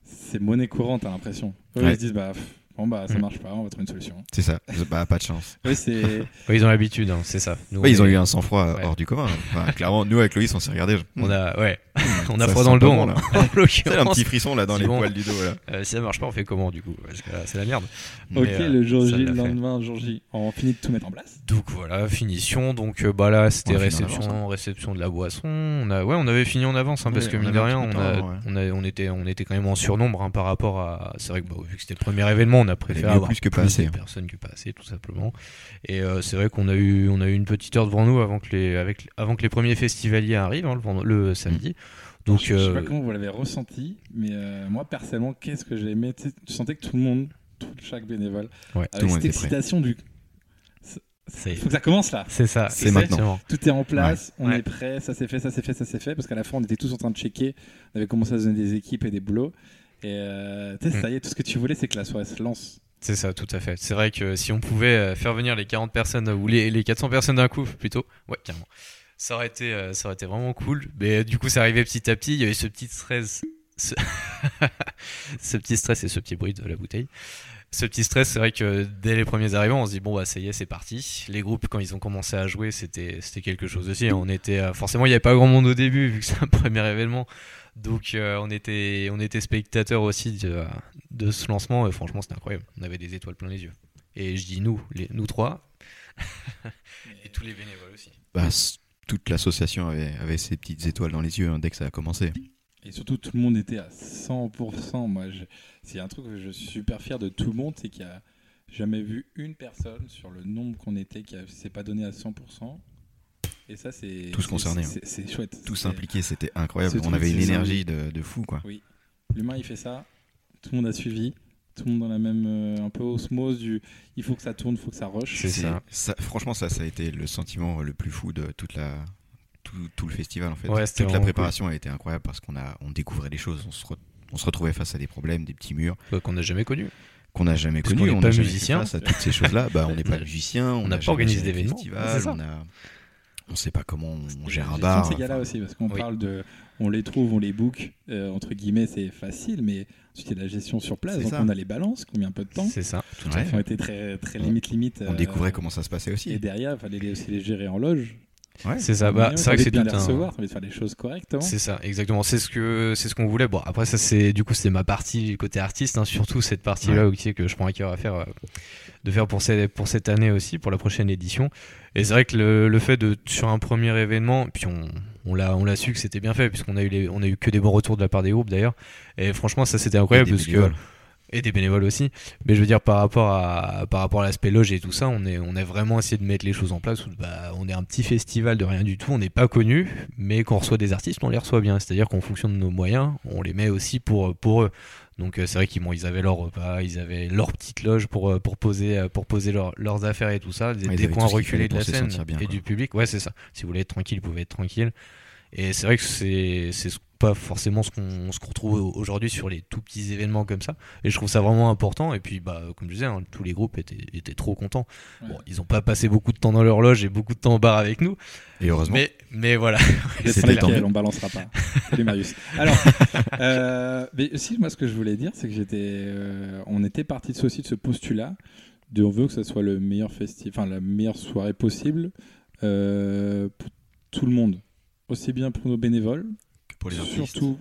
Speaker 3: C'est monnaie courante, à l'impression. Eux,
Speaker 4: Ouais.
Speaker 3: ils se disent, bah, pff, bon, bah, ça
Speaker 2: Mm.
Speaker 3: marche pas, on va trouver une solution.
Speaker 4: C'est ça. Bah, pas de chance.
Speaker 3: Eux, c'est.
Speaker 2: Ouais, ils ont l'habitude, hein, c'est ça. Nous,
Speaker 4: Ouais,
Speaker 2: on
Speaker 4: ils ont
Speaker 2: est-
Speaker 4: eu un sang-froid euh,
Speaker 2: Ouais.
Speaker 4: hors du commun. Enfin, clairement, nous, avec Loïs, on s'est regardé.
Speaker 2: On a, ouais, on a
Speaker 4: Hmm. Ça
Speaker 2: froid
Speaker 4: sent
Speaker 2: dans le
Speaker 4: pas
Speaker 2: dos.
Speaker 4: bon,
Speaker 2: hein,
Speaker 4: là.
Speaker 2: en
Speaker 4: C'est un
Speaker 2: l'occurrence.
Speaker 4: petit frisson là dans
Speaker 2: C'est
Speaker 4: les
Speaker 2: bon.
Speaker 4: poils du dos. Là.
Speaker 2: Euh, si ça marche pas, on fait comment du coup Parce que là, c'est la merde. Mais,
Speaker 3: Ok,
Speaker 2: euh,
Speaker 3: le jour
Speaker 2: ça,
Speaker 3: J,
Speaker 2: il
Speaker 3: le
Speaker 2: l'a fait.
Speaker 3: lendemain, jour J, on finit de tout mettre en place.
Speaker 2: Donc voilà, finition. Donc euh, bah là, c'était
Speaker 4: On a fini en
Speaker 2: réception, réception de la boisson. On a, ouais, on avait fini en avance hein, parce
Speaker 4: Ouais,
Speaker 2: que
Speaker 4: on
Speaker 2: mine
Speaker 4: avait
Speaker 2: de
Speaker 4: un
Speaker 2: rien,
Speaker 4: petit
Speaker 2: on,
Speaker 4: peu
Speaker 2: a,
Speaker 4: tard, ouais.
Speaker 2: on, a- on était, on était quand même en surnombre hein, par rapport à. C'est vrai que bah, vu que c'était le premier événement, on a préféré
Speaker 4: mieux
Speaker 2: avoir
Speaker 4: plus que pas assez,
Speaker 2: de
Speaker 4: hein.
Speaker 2: personnes que pas assez, tout simplement. Et euh, c'est vrai qu'on a eu, on a eu une petite heure devant nous avant que les, avec, avant que les premiers festivaliers arrivent hein, le, vend- le samedi.
Speaker 4: Hmm.
Speaker 2: Donc
Speaker 3: je, je sais pas
Speaker 2: euh,
Speaker 3: comment vous l'avez ressenti, mais euh, moi, personnellement, qu'est-ce que j'ai aimé Tu sais, tu sentais que tout le monde, tout, chaque bénévole,
Speaker 2: Ouais,
Speaker 4: tout le
Speaker 3: avec
Speaker 4: monde
Speaker 3: cette
Speaker 4: était prêt.
Speaker 3: excitation du.
Speaker 2: c'est,
Speaker 3: Faut que ça commence là
Speaker 2: c'est ça.
Speaker 3: C'est
Speaker 4: maintenant.
Speaker 2: exactement.
Speaker 3: Tout est en place, on
Speaker 2: Ouais.
Speaker 3: est prêt, ça s'est fait, ça s'est fait, ça s'est fait, parce qu'à la fin on était tous en train de checker, on avait commencé à se donner des équipes et des boulots, et euh, tu sais,
Speaker 2: Mm.
Speaker 3: ça y est, tout ce que tu voulais c'est que la soirée se lance.
Speaker 2: C'est ça, tout à fait. C'est vrai que si on pouvait euh, faire venir les 40 personnes euh, ou les, les 400 personnes d'un coup, plutôt, ouais, carrément. Ça aurait été, euh, ça aurait été vraiment cool. Mais euh, du coup, ça arrivait petit à petit. Il y avait ce petit stress, ce, ce petit stress et ce petit bruit de la bouteille. Ce petit stress, c'est vrai que dès les premiers arrivants, on se dit bon bah ça y est, c'est parti. Les groupes quand ils ont commencé à jouer, c'était c'était quelque chose aussi. On était euh, forcément, il n'y avait pas grand monde au début vu que c'est un premier événement. Donc euh, on était on était spectateurs aussi de, euh, de ce lancement, euh, franchement, c'était incroyable. On avait des étoiles plein les yeux. Et je dis nous, les, nous trois. et tous les bénévoles aussi.
Speaker 4: Bah, s- toute l'association avait, avait ses petites étoiles dans les yeux hein, dès que ça a commencé.
Speaker 3: Et surtout tout le monde était à 100%, moi je- c'est un truc que je suis super fier de tout le monde, c'est qu'il n'y a jamais vu une personne sur le nombre qu'on était qui ne s'est pas donné à 100%, et ça c'est...
Speaker 4: Tous
Speaker 3: c'est-
Speaker 4: concernés,
Speaker 3: c'est- C'est c'est chouette.
Speaker 4: Tous
Speaker 3: C'est-
Speaker 4: impliqués, c'était incroyable.
Speaker 3: Ce
Speaker 4: On
Speaker 3: truc,
Speaker 4: avait une
Speaker 3: c'est ça.
Speaker 4: énergie de, de fou quoi.
Speaker 3: L'humain, il fait ça. Tout le monde a suivi. Tout le monde dans la même euh, un peu osmose du. Il faut que ça tourne, il faut que ça rush.
Speaker 2: C'est ça.
Speaker 4: Franchement, ça, ça a été le sentiment le plus fou de toute la tout, tout le festival en fait.
Speaker 2: Ouais, c'était
Speaker 4: toute la
Speaker 2: vraiment
Speaker 4: préparation a été incroyable parce qu'on a on découvrait des choses, on se, re- on se retrouvait face à des problèmes, des petits murs
Speaker 2: Euh, Qu'on n'a jamais connu.
Speaker 4: qu'on n'a jamais
Speaker 2: Parce
Speaker 4: connus.
Speaker 2: qu'on est
Speaker 4: on
Speaker 2: pas
Speaker 4: n'a jamais fait
Speaker 2: musicien.
Speaker 4: face à toutes ces choses-là. Bah, on n'est pas
Speaker 2: On a-
Speaker 4: musicien, on
Speaker 2: n'a
Speaker 4: n'a
Speaker 2: pas
Speaker 4: jamais
Speaker 2: organisé
Speaker 4: géré de
Speaker 2: d'événements,
Speaker 4: festival,
Speaker 2: c'est ça.
Speaker 4: on a on sait pas comment on gère un
Speaker 3: J'ai
Speaker 4: bar.
Speaker 3: tous ces gars-là
Speaker 4: enfin,
Speaker 3: aussi, parce qu'on
Speaker 2: oui.
Speaker 3: parle de. On les trouve, on les book. euh, entre guillemets, c'est facile, mais ensuite, il y a la gestion sur place.
Speaker 4: C'est
Speaker 3: Donc,
Speaker 4: ça.
Speaker 3: on a les balances, combien peu de temps.
Speaker 2: C'est ça.
Speaker 4: ouais,
Speaker 3: Ils ont été très, très limite, limite.
Speaker 4: On
Speaker 3: euh,
Speaker 4: découvrait comment ça se passait
Speaker 3: Et
Speaker 4: aussi.
Speaker 3: derrière, il fallait les- aussi les gérer en loge.
Speaker 4: Ouais.
Speaker 2: C'est ça, bah, c'est vrai que c'est
Speaker 3: bien
Speaker 2: tout
Speaker 3: les
Speaker 2: un.
Speaker 3: recevoir, t'as envie de faire les choses correctement.
Speaker 2: C'est ça, exactement. C'est ce que c'est ce qu'on voulait. Bon, après ça c'est du coup c'est ma partie le côté artiste, hein, surtout cette partie-là aussi que je prends à cœur à faire euh, de faire pour cette pour cette année aussi pour la prochaine édition. Et c'est vrai que le, le fait de sur un premier événement, puis on on l'a on l'a su que c'était bien fait puisqu'on a eu les, on a eu que des bons retours de la part des groupes d'ailleurs. Et franchement ça c'était incroyable
Speaker 4: Des
Speaker 2: parce que
Speaker 4: bénévoles.
Speaker 2: et des bénévoles aussi. Mais je veux dire, par rapport à, par rapport à l'aspect loge et tout ça, on, est, on a vraiment essayé de mettre les choses en place. Où, bah, on est un petit festival de rien du tout, on n'est pas connu, mais quand on reçoit des artistes, on les reçoit bien. C'est-à-dire qu'en fonction de nos moyens, on les met aussi pour, pour eux. Donc euh, c'est vrai qu'ils bon, ils avaient leur repas, ils avaient leur petite loge pour, euh, pour poser, euh, pour poser leurs- leurs affaires et tout ça, des,
Speaker 4: Ouais, ils
Speaker 2: des
Speaker 4: avaient
Speaker 2: coins
Speaker 4: tout ce qu'il
Speaker 2: reculés
Speaker 4: fallait
Speaker 2: de la
Speaker 4: pour se
Speaker 2: scène
Speaker 4: sentir bien,
Speaker 2: et
Speaker 4: quoi.
Speaker 2: du public. Ouais, c'est ça. Si vous voulez être tranquille, vous pouvez être tranquille. Et c'est vrai que c'est c'est ce- pas forcément ce qu'on se retrouve au- aujourd'hui sur les tout petits événements comme ça. Et je trouve ça vraiment important. Et puis, bah, comme je disais, hein, tous les groupes étaient, étaient trop contents. Bon,
Speaker 3: Ouais.
Speaker 2: ils n'ont pas passé beaucoup de temps dans leur loge et beaucoup de temps en bar avec nous.
Speaker 4: Et heureusement.
Speaker 2: Mais, mais voilà.
Speaker 3: Laisse
Speaker 4: C'était
Speaker 3: lesquels,
Speaker 4: tendu.
Speaker 3: on balancera pas. Salut Marius. Alors, euh, mais aussi, moi, ce que je voulais dire, c'est que j'étais, euh, on était parti de ce, aussi de ce postulat de on veut que ça soit le meilleur festi- enfin la meilleure soirée possible euh, pour tout le monde, aussi bien pour nos bénévoles,
Speaker 4: pour les artistes.
Speaker 3: surtout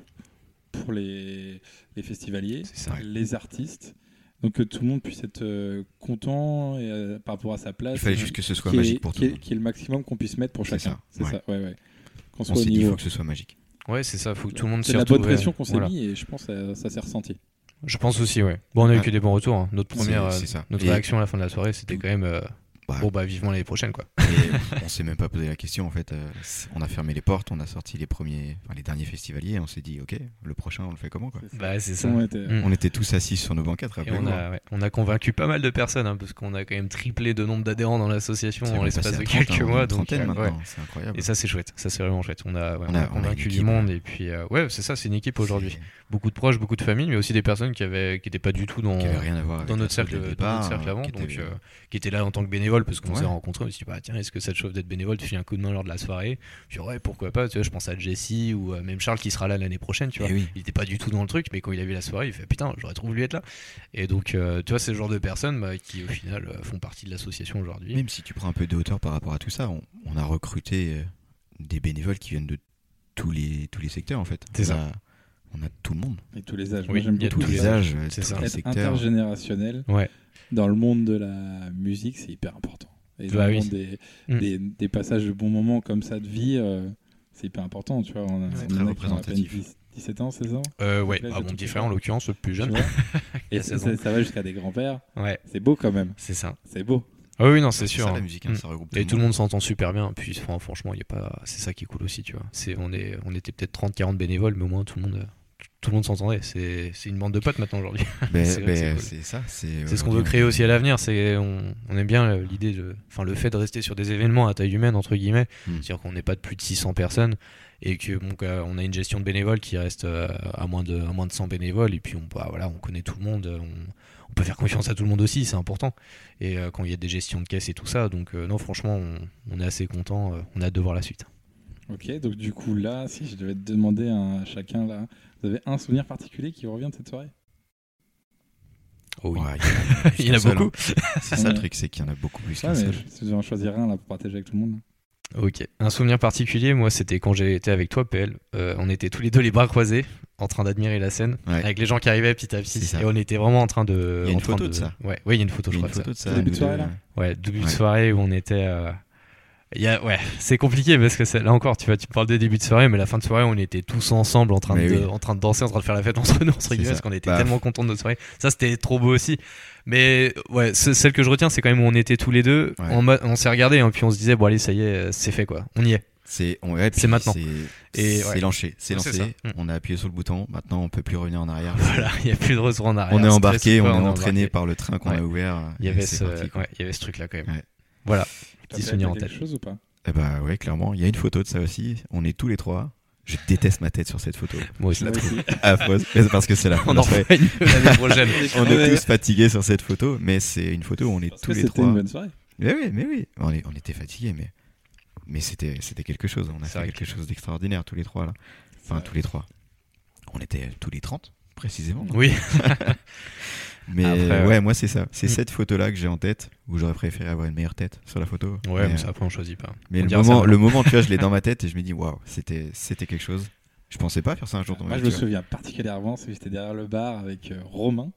Speaker 3: pour les, les festivaliers,
Speaker 2: C'est ça.
Speaker 3: les artistes, donc que tout le monde puisse être euh, content et, euh, par rapport à sa place.
Speaker 4: Il fallait juste que ce soit
Speaker 3: Qui est-
Speaker 4: magique pour tout
Speaker 3: qui
Speaker 4: le
Speaker 3: est,
Speaker 4: monde.
Speaker 3: qui est le maximum qu'on puisse mettre pour
Speaker 4: C'est
Speaker 3: chacun.
Speaker 4: ça,
Speaker 3: C'est
Speaker 4: ouais.
Speaker 3: ça, ouais, ouais. Qu'on
Speaker 4: On
Speaker 3: soit au
Speaker 4: s'est dit, il
Speaker 3: niveau.
Speaker 4: faut que ce soit magique.
Speaker 2: Ouais, c'est ça. Faut que tout le monde
Speaker 3: C'est
Speaker 2: s'y
Speaker 3: la
Speaker 2: retrouve,
Speaker 3: bonne pression qu'on s'est
Speaker 2: voilà.
Speaker 3: mis et je pense que ça, ça s'est ressenti.
Speaker 2: Je pense aussi, ouais. Bon, on a eu
Speaker 4: Ah.
Speaker 2: que des bons retours. hein. Notre
Speaker 4: C'est
Speaker 2: première, euh,
Speaker 4: c'est ça.
Speaker 2: notre
Speaker 4: Et-
Speaker 2: réaction à la fin de la soirée, c'était quand même euh,
Speaker 4: bah,
Speaker 2: bon, bah, vivement l'année prochaine, quoi.
Speaker 4: Et on s'est même pas posé la question en fait. euh, on a fermé les portes, on a sorti les premiers, enfin, les derniers festivaliers, et on s'est dit ok, le prochain on le fait comment quoi.
Speaker 2: Bah, c'est ça.
Speaker 3: Tout le monde était-
Speaker 2: Mm.
Speaker 4: On était tous assis sur nos banquettes.
Speaker 2: Et on
Speaker 4: rappelez-vous. hein.
Speaker 2: a, ouais, on a convaincu pas mal de personnes, hein, parce qu'on a quand même triplé de nombre d'adhérents dans l'association
Speaker 4: C'est
Speaker 2: en
Speaker 4: même
Speaker 2: l'espace
Speaker 4: passé
Speaker 2: de
Speaker 4: à 30,
Speaker 2: quelques
Speaker 4: hein,
Speaker 2: mois.
Speaker 4: une
Speaker 2: Donc,
Speaker 4: trentaine
Speaker 2: euh, ouais.
Speaker 4: maintenant, c'est incroyable.
Speaker 2: Et ça, c'est chouette. Ça, c'est vraiment chouette. On a, ouais,
Speaker 4: Ah On
Speaker 2: on a
Speaker 4: a- on a une
Speaker 2: convaincu du
Speaker 4: équipe.
Speaker 2: monde. Et puis, euh, ouais, c'est ça, c'est une équipe aujourd'hui. Beaucoup de proches, beaucoup de familles, mais aussi des personnes qui avaient, qui étaient pas du tout dans,
Speaker 4: C'est- Qui avait rien à voir avec
Speaker 2: dans notre
Speaker 4: le truc
Speaker 2: cercle,
Speaker 4: dès le
Speaker 2: dans
Speaker 4: départ,
Speaker 2: notre cercle
Speaker 4: euh,
Speaker 2: avant,
Speaker 4: qui
Speaker 2: donc
Speaker 4: était-
Speaker 2: euh, qui était là en tant que bénévole parce qu'on
Speaker 4: Ouais.
Speaker 2: s'est rencontrés, on s'est dit bah tiens est-ce que ça te chauffe d'être bénévole, tu fais un coup de main lors de la soirée, puis ouais pourquoi pas, tu vois je pense à Jessie ou euh, même Charles qui sera là l'année prochaine, tu vois,
Speaker 4: Eh oui.
Speaker 2: il était pas du tout dans le truc, mais quand il a vu la soirée il fait putain j'aurais trouvé lui être là, et donc euh, tu vois c'est le genre de personnes bah, qui au final euh, font partie de l'association aujourd'hui.
Speaker 4: Même si tu prends un peu de hauteur par rapport à tout ça, on, on a recruté euh, des bénévoles qui viennent de tous les tous les secteurs en fait.
Speaker 2: C'est
Speaker 4: On
Speaker 2: ça.
Speaker 4: a- On a tout le monde,
Speaker 3: Et tous les âges.
Speaker 2: Oui,
Speaker 3: Moi, j'aime
Speaker 2: il y a
Speaker 3: beaucoup
Speaker 4: tous
Speaker 2: tous
Speaker 3: ça.
Speaker 4: les
Speaker 2: les
Speaker 4: âges,
Speaker 2: c'est
Speaker 4: tous
Speaker 2: ça.
Speaker 4: les
Speaker 3: Être
Speaker 4: secteurs.
Speaker 3: intergénérationnel
Speaker 2: Ouais.
Speaker 3: dans le monde de la musique, c'est hyper important. Et dans
Speaker 2: Bah
Speaker 3: le
Speaker 2: oui.
Speaker 3: monde des,
Speaker 2: Mm.
Speaker 3: des, des passages de bons moments comme ça de vie, euh, c'est hyper important. Tu vois, on a,
Speaker 4: C'est
Speaker 3: on en a
Speaker 4: très
Speaker 3: qui ont à peine
Speaker 4: représentatif.
Speaker 3: 10 17 ans, 16 ans.
Speaker 2: Euh, ouais,
Speaker 3: Là,
Speaker 2: bah,
Speaker 3: je
Speaker 2: mon
Speaker 3: te
Speaker 2: petit
Speaker 3: fais
Speaker 2: frère
Speaker 3: un-
Speaker 2: en l'occurrence le plus
Speaker 3: tu
Speaker 2: jeune,
Speaker 3: vois.
Speaker 2: il y
Speaker 3: Et
Speaker 2: a
Speaker 3: ça,
Speaker 2: 16 ans.
Speaker 3: ça- ça va jusqu'à des grands-pères.
Speaker 2: Ouais,
Speaker 3: C'est beau quand même.
Speaker 2: c'est ça.
Speaker 3: C'est beau.
Speaker 2: Ah oui non c'est
Speaker 4: C'est
Speaker 2: sûr.
Speaker 4: ça,
Speaker 2: hein.
Speaker 4: la musique, hein,
Speaker 2: Mm.
Speaker 4: ça regroupe
Speaker 2: Et tout le monde s'entend super bien. Puis fran- franchement, il y a pas. C'est ça qui est cool aussi, tu vois. C'est on est on était peut-être 30 40 bénévoles, mais au moins tout le monde euh, tout- tout le monde s'entendait. C'est c'est une bande de potes maintenant aujourd'hui.
Speaker 4: Ben,
Speaker 2: C'est vrai que
Speaker 4: ben,
Speaker 2: c'est cool.
Speaker 4: c'est ça.
Speaker 2: C'est ce qu'on
Speaker 4: aujourd'hui,
Speaker 2: veut
Speaker 4: on-
Speaker 2: créer aussi à l'avenir. C'est on, on aime bien euh, l'idée de, enfin le fait de rester sur des événements à taille humaine entre guillemets,
Speaker 4: Mm.
Speaker 2: c'est-à-dire qu'on n'est pas de plus de 600 personnes et que bon, qu'à- on a une gestion de bénévoles qui reste euh, à moins de à moins de 100 bénévoles et puis on bah, voilà on connaît tout le monde, euh, on, on peut faire confiance à tout le monde aussi, c'est important. Et euh, quand il y a des gestions de caisse et tout ça, donc euh, non franchement on, on est assez content, euh, on a hâte de voir la suite.
Speaker 3: Ok, donc du coup là, si je devais te demander à chacun là, vous avez un souvenir particulier qui vous revient de cette soirée
Speaker 2: Oh oui.
Speaker 4: Ouais, il y
Speaker 2: Il y en
Speaker 4: en a-
Speaker 2: a
Speaker 4: tout seul,
Speaker 2: beaucoup.
Speaker 4: hein. C'est ça
Speaker 3: Ouais.
Speaker 4: le truc, c'est qu'il y en a beaucoup plus
Speaker 3: Ouais,
Speaker 4: qu'un
Speaker 3: mais
Speaker 4: seul.
Speaker 3: je- si vous en choisir un là pour partager avec tout le monde.
Speaker 2: Ok. Un souvenir particulier, moi, c'était quand j'ai été avec toi, PL. Euh, on était tous les deux les bras croisés, en train d'admirer la scène,
Speaker 4: Ouais.
Speaker 2: avec les gens qui arrivaient petit à
Speaker 4: C'est
Speaker 2: petit.
Speaker 4: ça.
Speaker 2: Et on était vraiment en train de.
Speaker 4: Il y a une
Speaker 2: en train
Speaker 4: photo de ça.
Speaker 2: Ouais, ouais, il y a une photo,
Speaker 4: Il y
Speaker 2: je
Speaker 4: a
Speaker 2: crois.
Speaker 4: une
Speaker 2: de ça.
Speaker 4: photo de ça.
Speaker 3: C'est début
Speaker 4: nous
Speaker 3: de soirée,
Speaker 4: deux,
Speaker 3: là.
Speaker 2: Ouais, début de
Speaker 4: Ouais.
Speaker 2: soirée où on était. euh, il y a- Ouais, c'est compliqué parce que c'est- là encore, tu vois, tu parles des débuts de soirée, mais la fin de soirée, on était tous ensemble en train,
Speaker 4: Mais
Speaker 2: de,
Speaker 4: oui.
Speaker 2: en train de danser, en train de faire la fête entre nous, entre
Speaker 4: C'est
Speaker 2: guillemets,
Speaker 4: ça.
Speaker 2: parce qu'on était
Speaker 4: Bah.
Speaker 2: tellement contents de notre soirée. Ça, c'était trop beau aussi. Mais ouais, ce- celle que je retiens, c'est quand même où on était tous les deux,
Speaker 4: Ouais.
Speaker 2: en mode- on, s'est regardés, et puis on se disait, bon, allez, ça y est, euh, c'est fait quoi, on y est.
Speaker 4: C'est on- ouais,
Speaker 2: C'est
Speaker 4: puis
Speaker 2: maintenant.
Speaker 4: C'est
Speaker 2: Et
Speaker 4: c'est
Speaker 2: ouais.
Speaker 4: lancé, c'est
Speaker 2: Ouais, c'est
Speaker 4: lancé.
Speaker 2: ça. Mm.
Speaker 4: On a appuyé sur le bouton. Maintenant, on peut plus revenir en arrière.
Speaker 2: Voilà, il n'y a plus de retour en arrière.
Speaker 4: on est
Speaker 2: Stress
Speaker 4: embarqué,
Speaker 2: ou
Speaker 4: on
Speaker 2: pas,
Speaker 4: est
Speaker 2: est
Speaker 4: entraîné
Speaker 2: embarqué.
Speaker 4: par le train qu'on
Speaker 2: Ouais.
Speaker 4: a ouvert.
Speaker 2: Il y
Speaker 4: et
Speaker 2: avait
Speaker 4: c'est
Speaker 2: ce,
Speaker 4: parti, quoi.
Speaker 2: ouais, il y avait ce truc-là quand même.
Speaker 4: Ouais.
Speaker 2: Voilà,
Speaker 3: T'as
Speaker 2: Petit
Speaker 3: peut-être
Speaker 2: souvenir en
Speaker 3: quelque
Speaker 2: tête.
Speaker 3: chose ou pas
Speaker 4: Eh bah ouais, clairement. Il y a une photo de ça aussi. On est tous les trois. Je déteste ma tête sur cette photo.
Speaker 2: moi aussi.
Speaker 4: La
Speaker 3: Moi aussi.
Speaker 4: Affreuse. Mais c'est parce que c'est la
Speaker 2: On
Speaker 4: première
Speaker 2: en
Speaker 4: fois.
Speaker 2: fait une l'année prochaine.
Speaker 4: On
Speaker 3: Ouais.
Speaker 4: est tous fatigués sur cette photo, mais c'est une photo où on est
Speaker 3: Parce
Speaker 4: tous
Speaker 3: que
Speaker 4: les
Speaker 3: c'était
Speaker 4: trois.
Speaker 3: une bonne soirée.
Speaker 4: Mais oui, mais oui. On, est- on était fatigués, mais mais c'était c'était quelque chose. On a
Speaker 2: C'est
Speaker 4: fait
Speaker 2: vrai
Speaker 4: quelque chose d'extraordinaire tous les trois là. Enfin tous les trois. On était tous les 30 précisément.
Speaker 2: Oui,
Speaker 4: Mais
Speaker 2: Après,
Speaker 4: ouais,
Speaker 2: ouais.
Speaker 4: moi c'est ça. C'est
Speaker 2: Mm.
Speaker 4: cette photo-là que j'ai en tête, où j'aurais préféré avoir une meilleure tête sur la photo.
Speaker 2: Ouais, mais
Speaker 4: mais,
Speaker 2: ça, après on choisit pas.
Speaker 4: mais
Speaker 2: On
Speaker 4: le,
Speaker 2: dira ça
Speaker 4: moment,
Speaker 2: maintenant.
Speaker 4: le moment, tu vois, je l'ai dans ma tête et je me dis, waouh, c'était c'était quelque chose. Je pensais pas faire ça un jour dans ma
Speaker 3: Moi, Ah, je
Speaker 4: vie.
Speaker 3: me
Speaker 4: tu vois.
Speaker 3: souviens particulièrement, c'est que j'étais derrière le bar avec euh, Romain.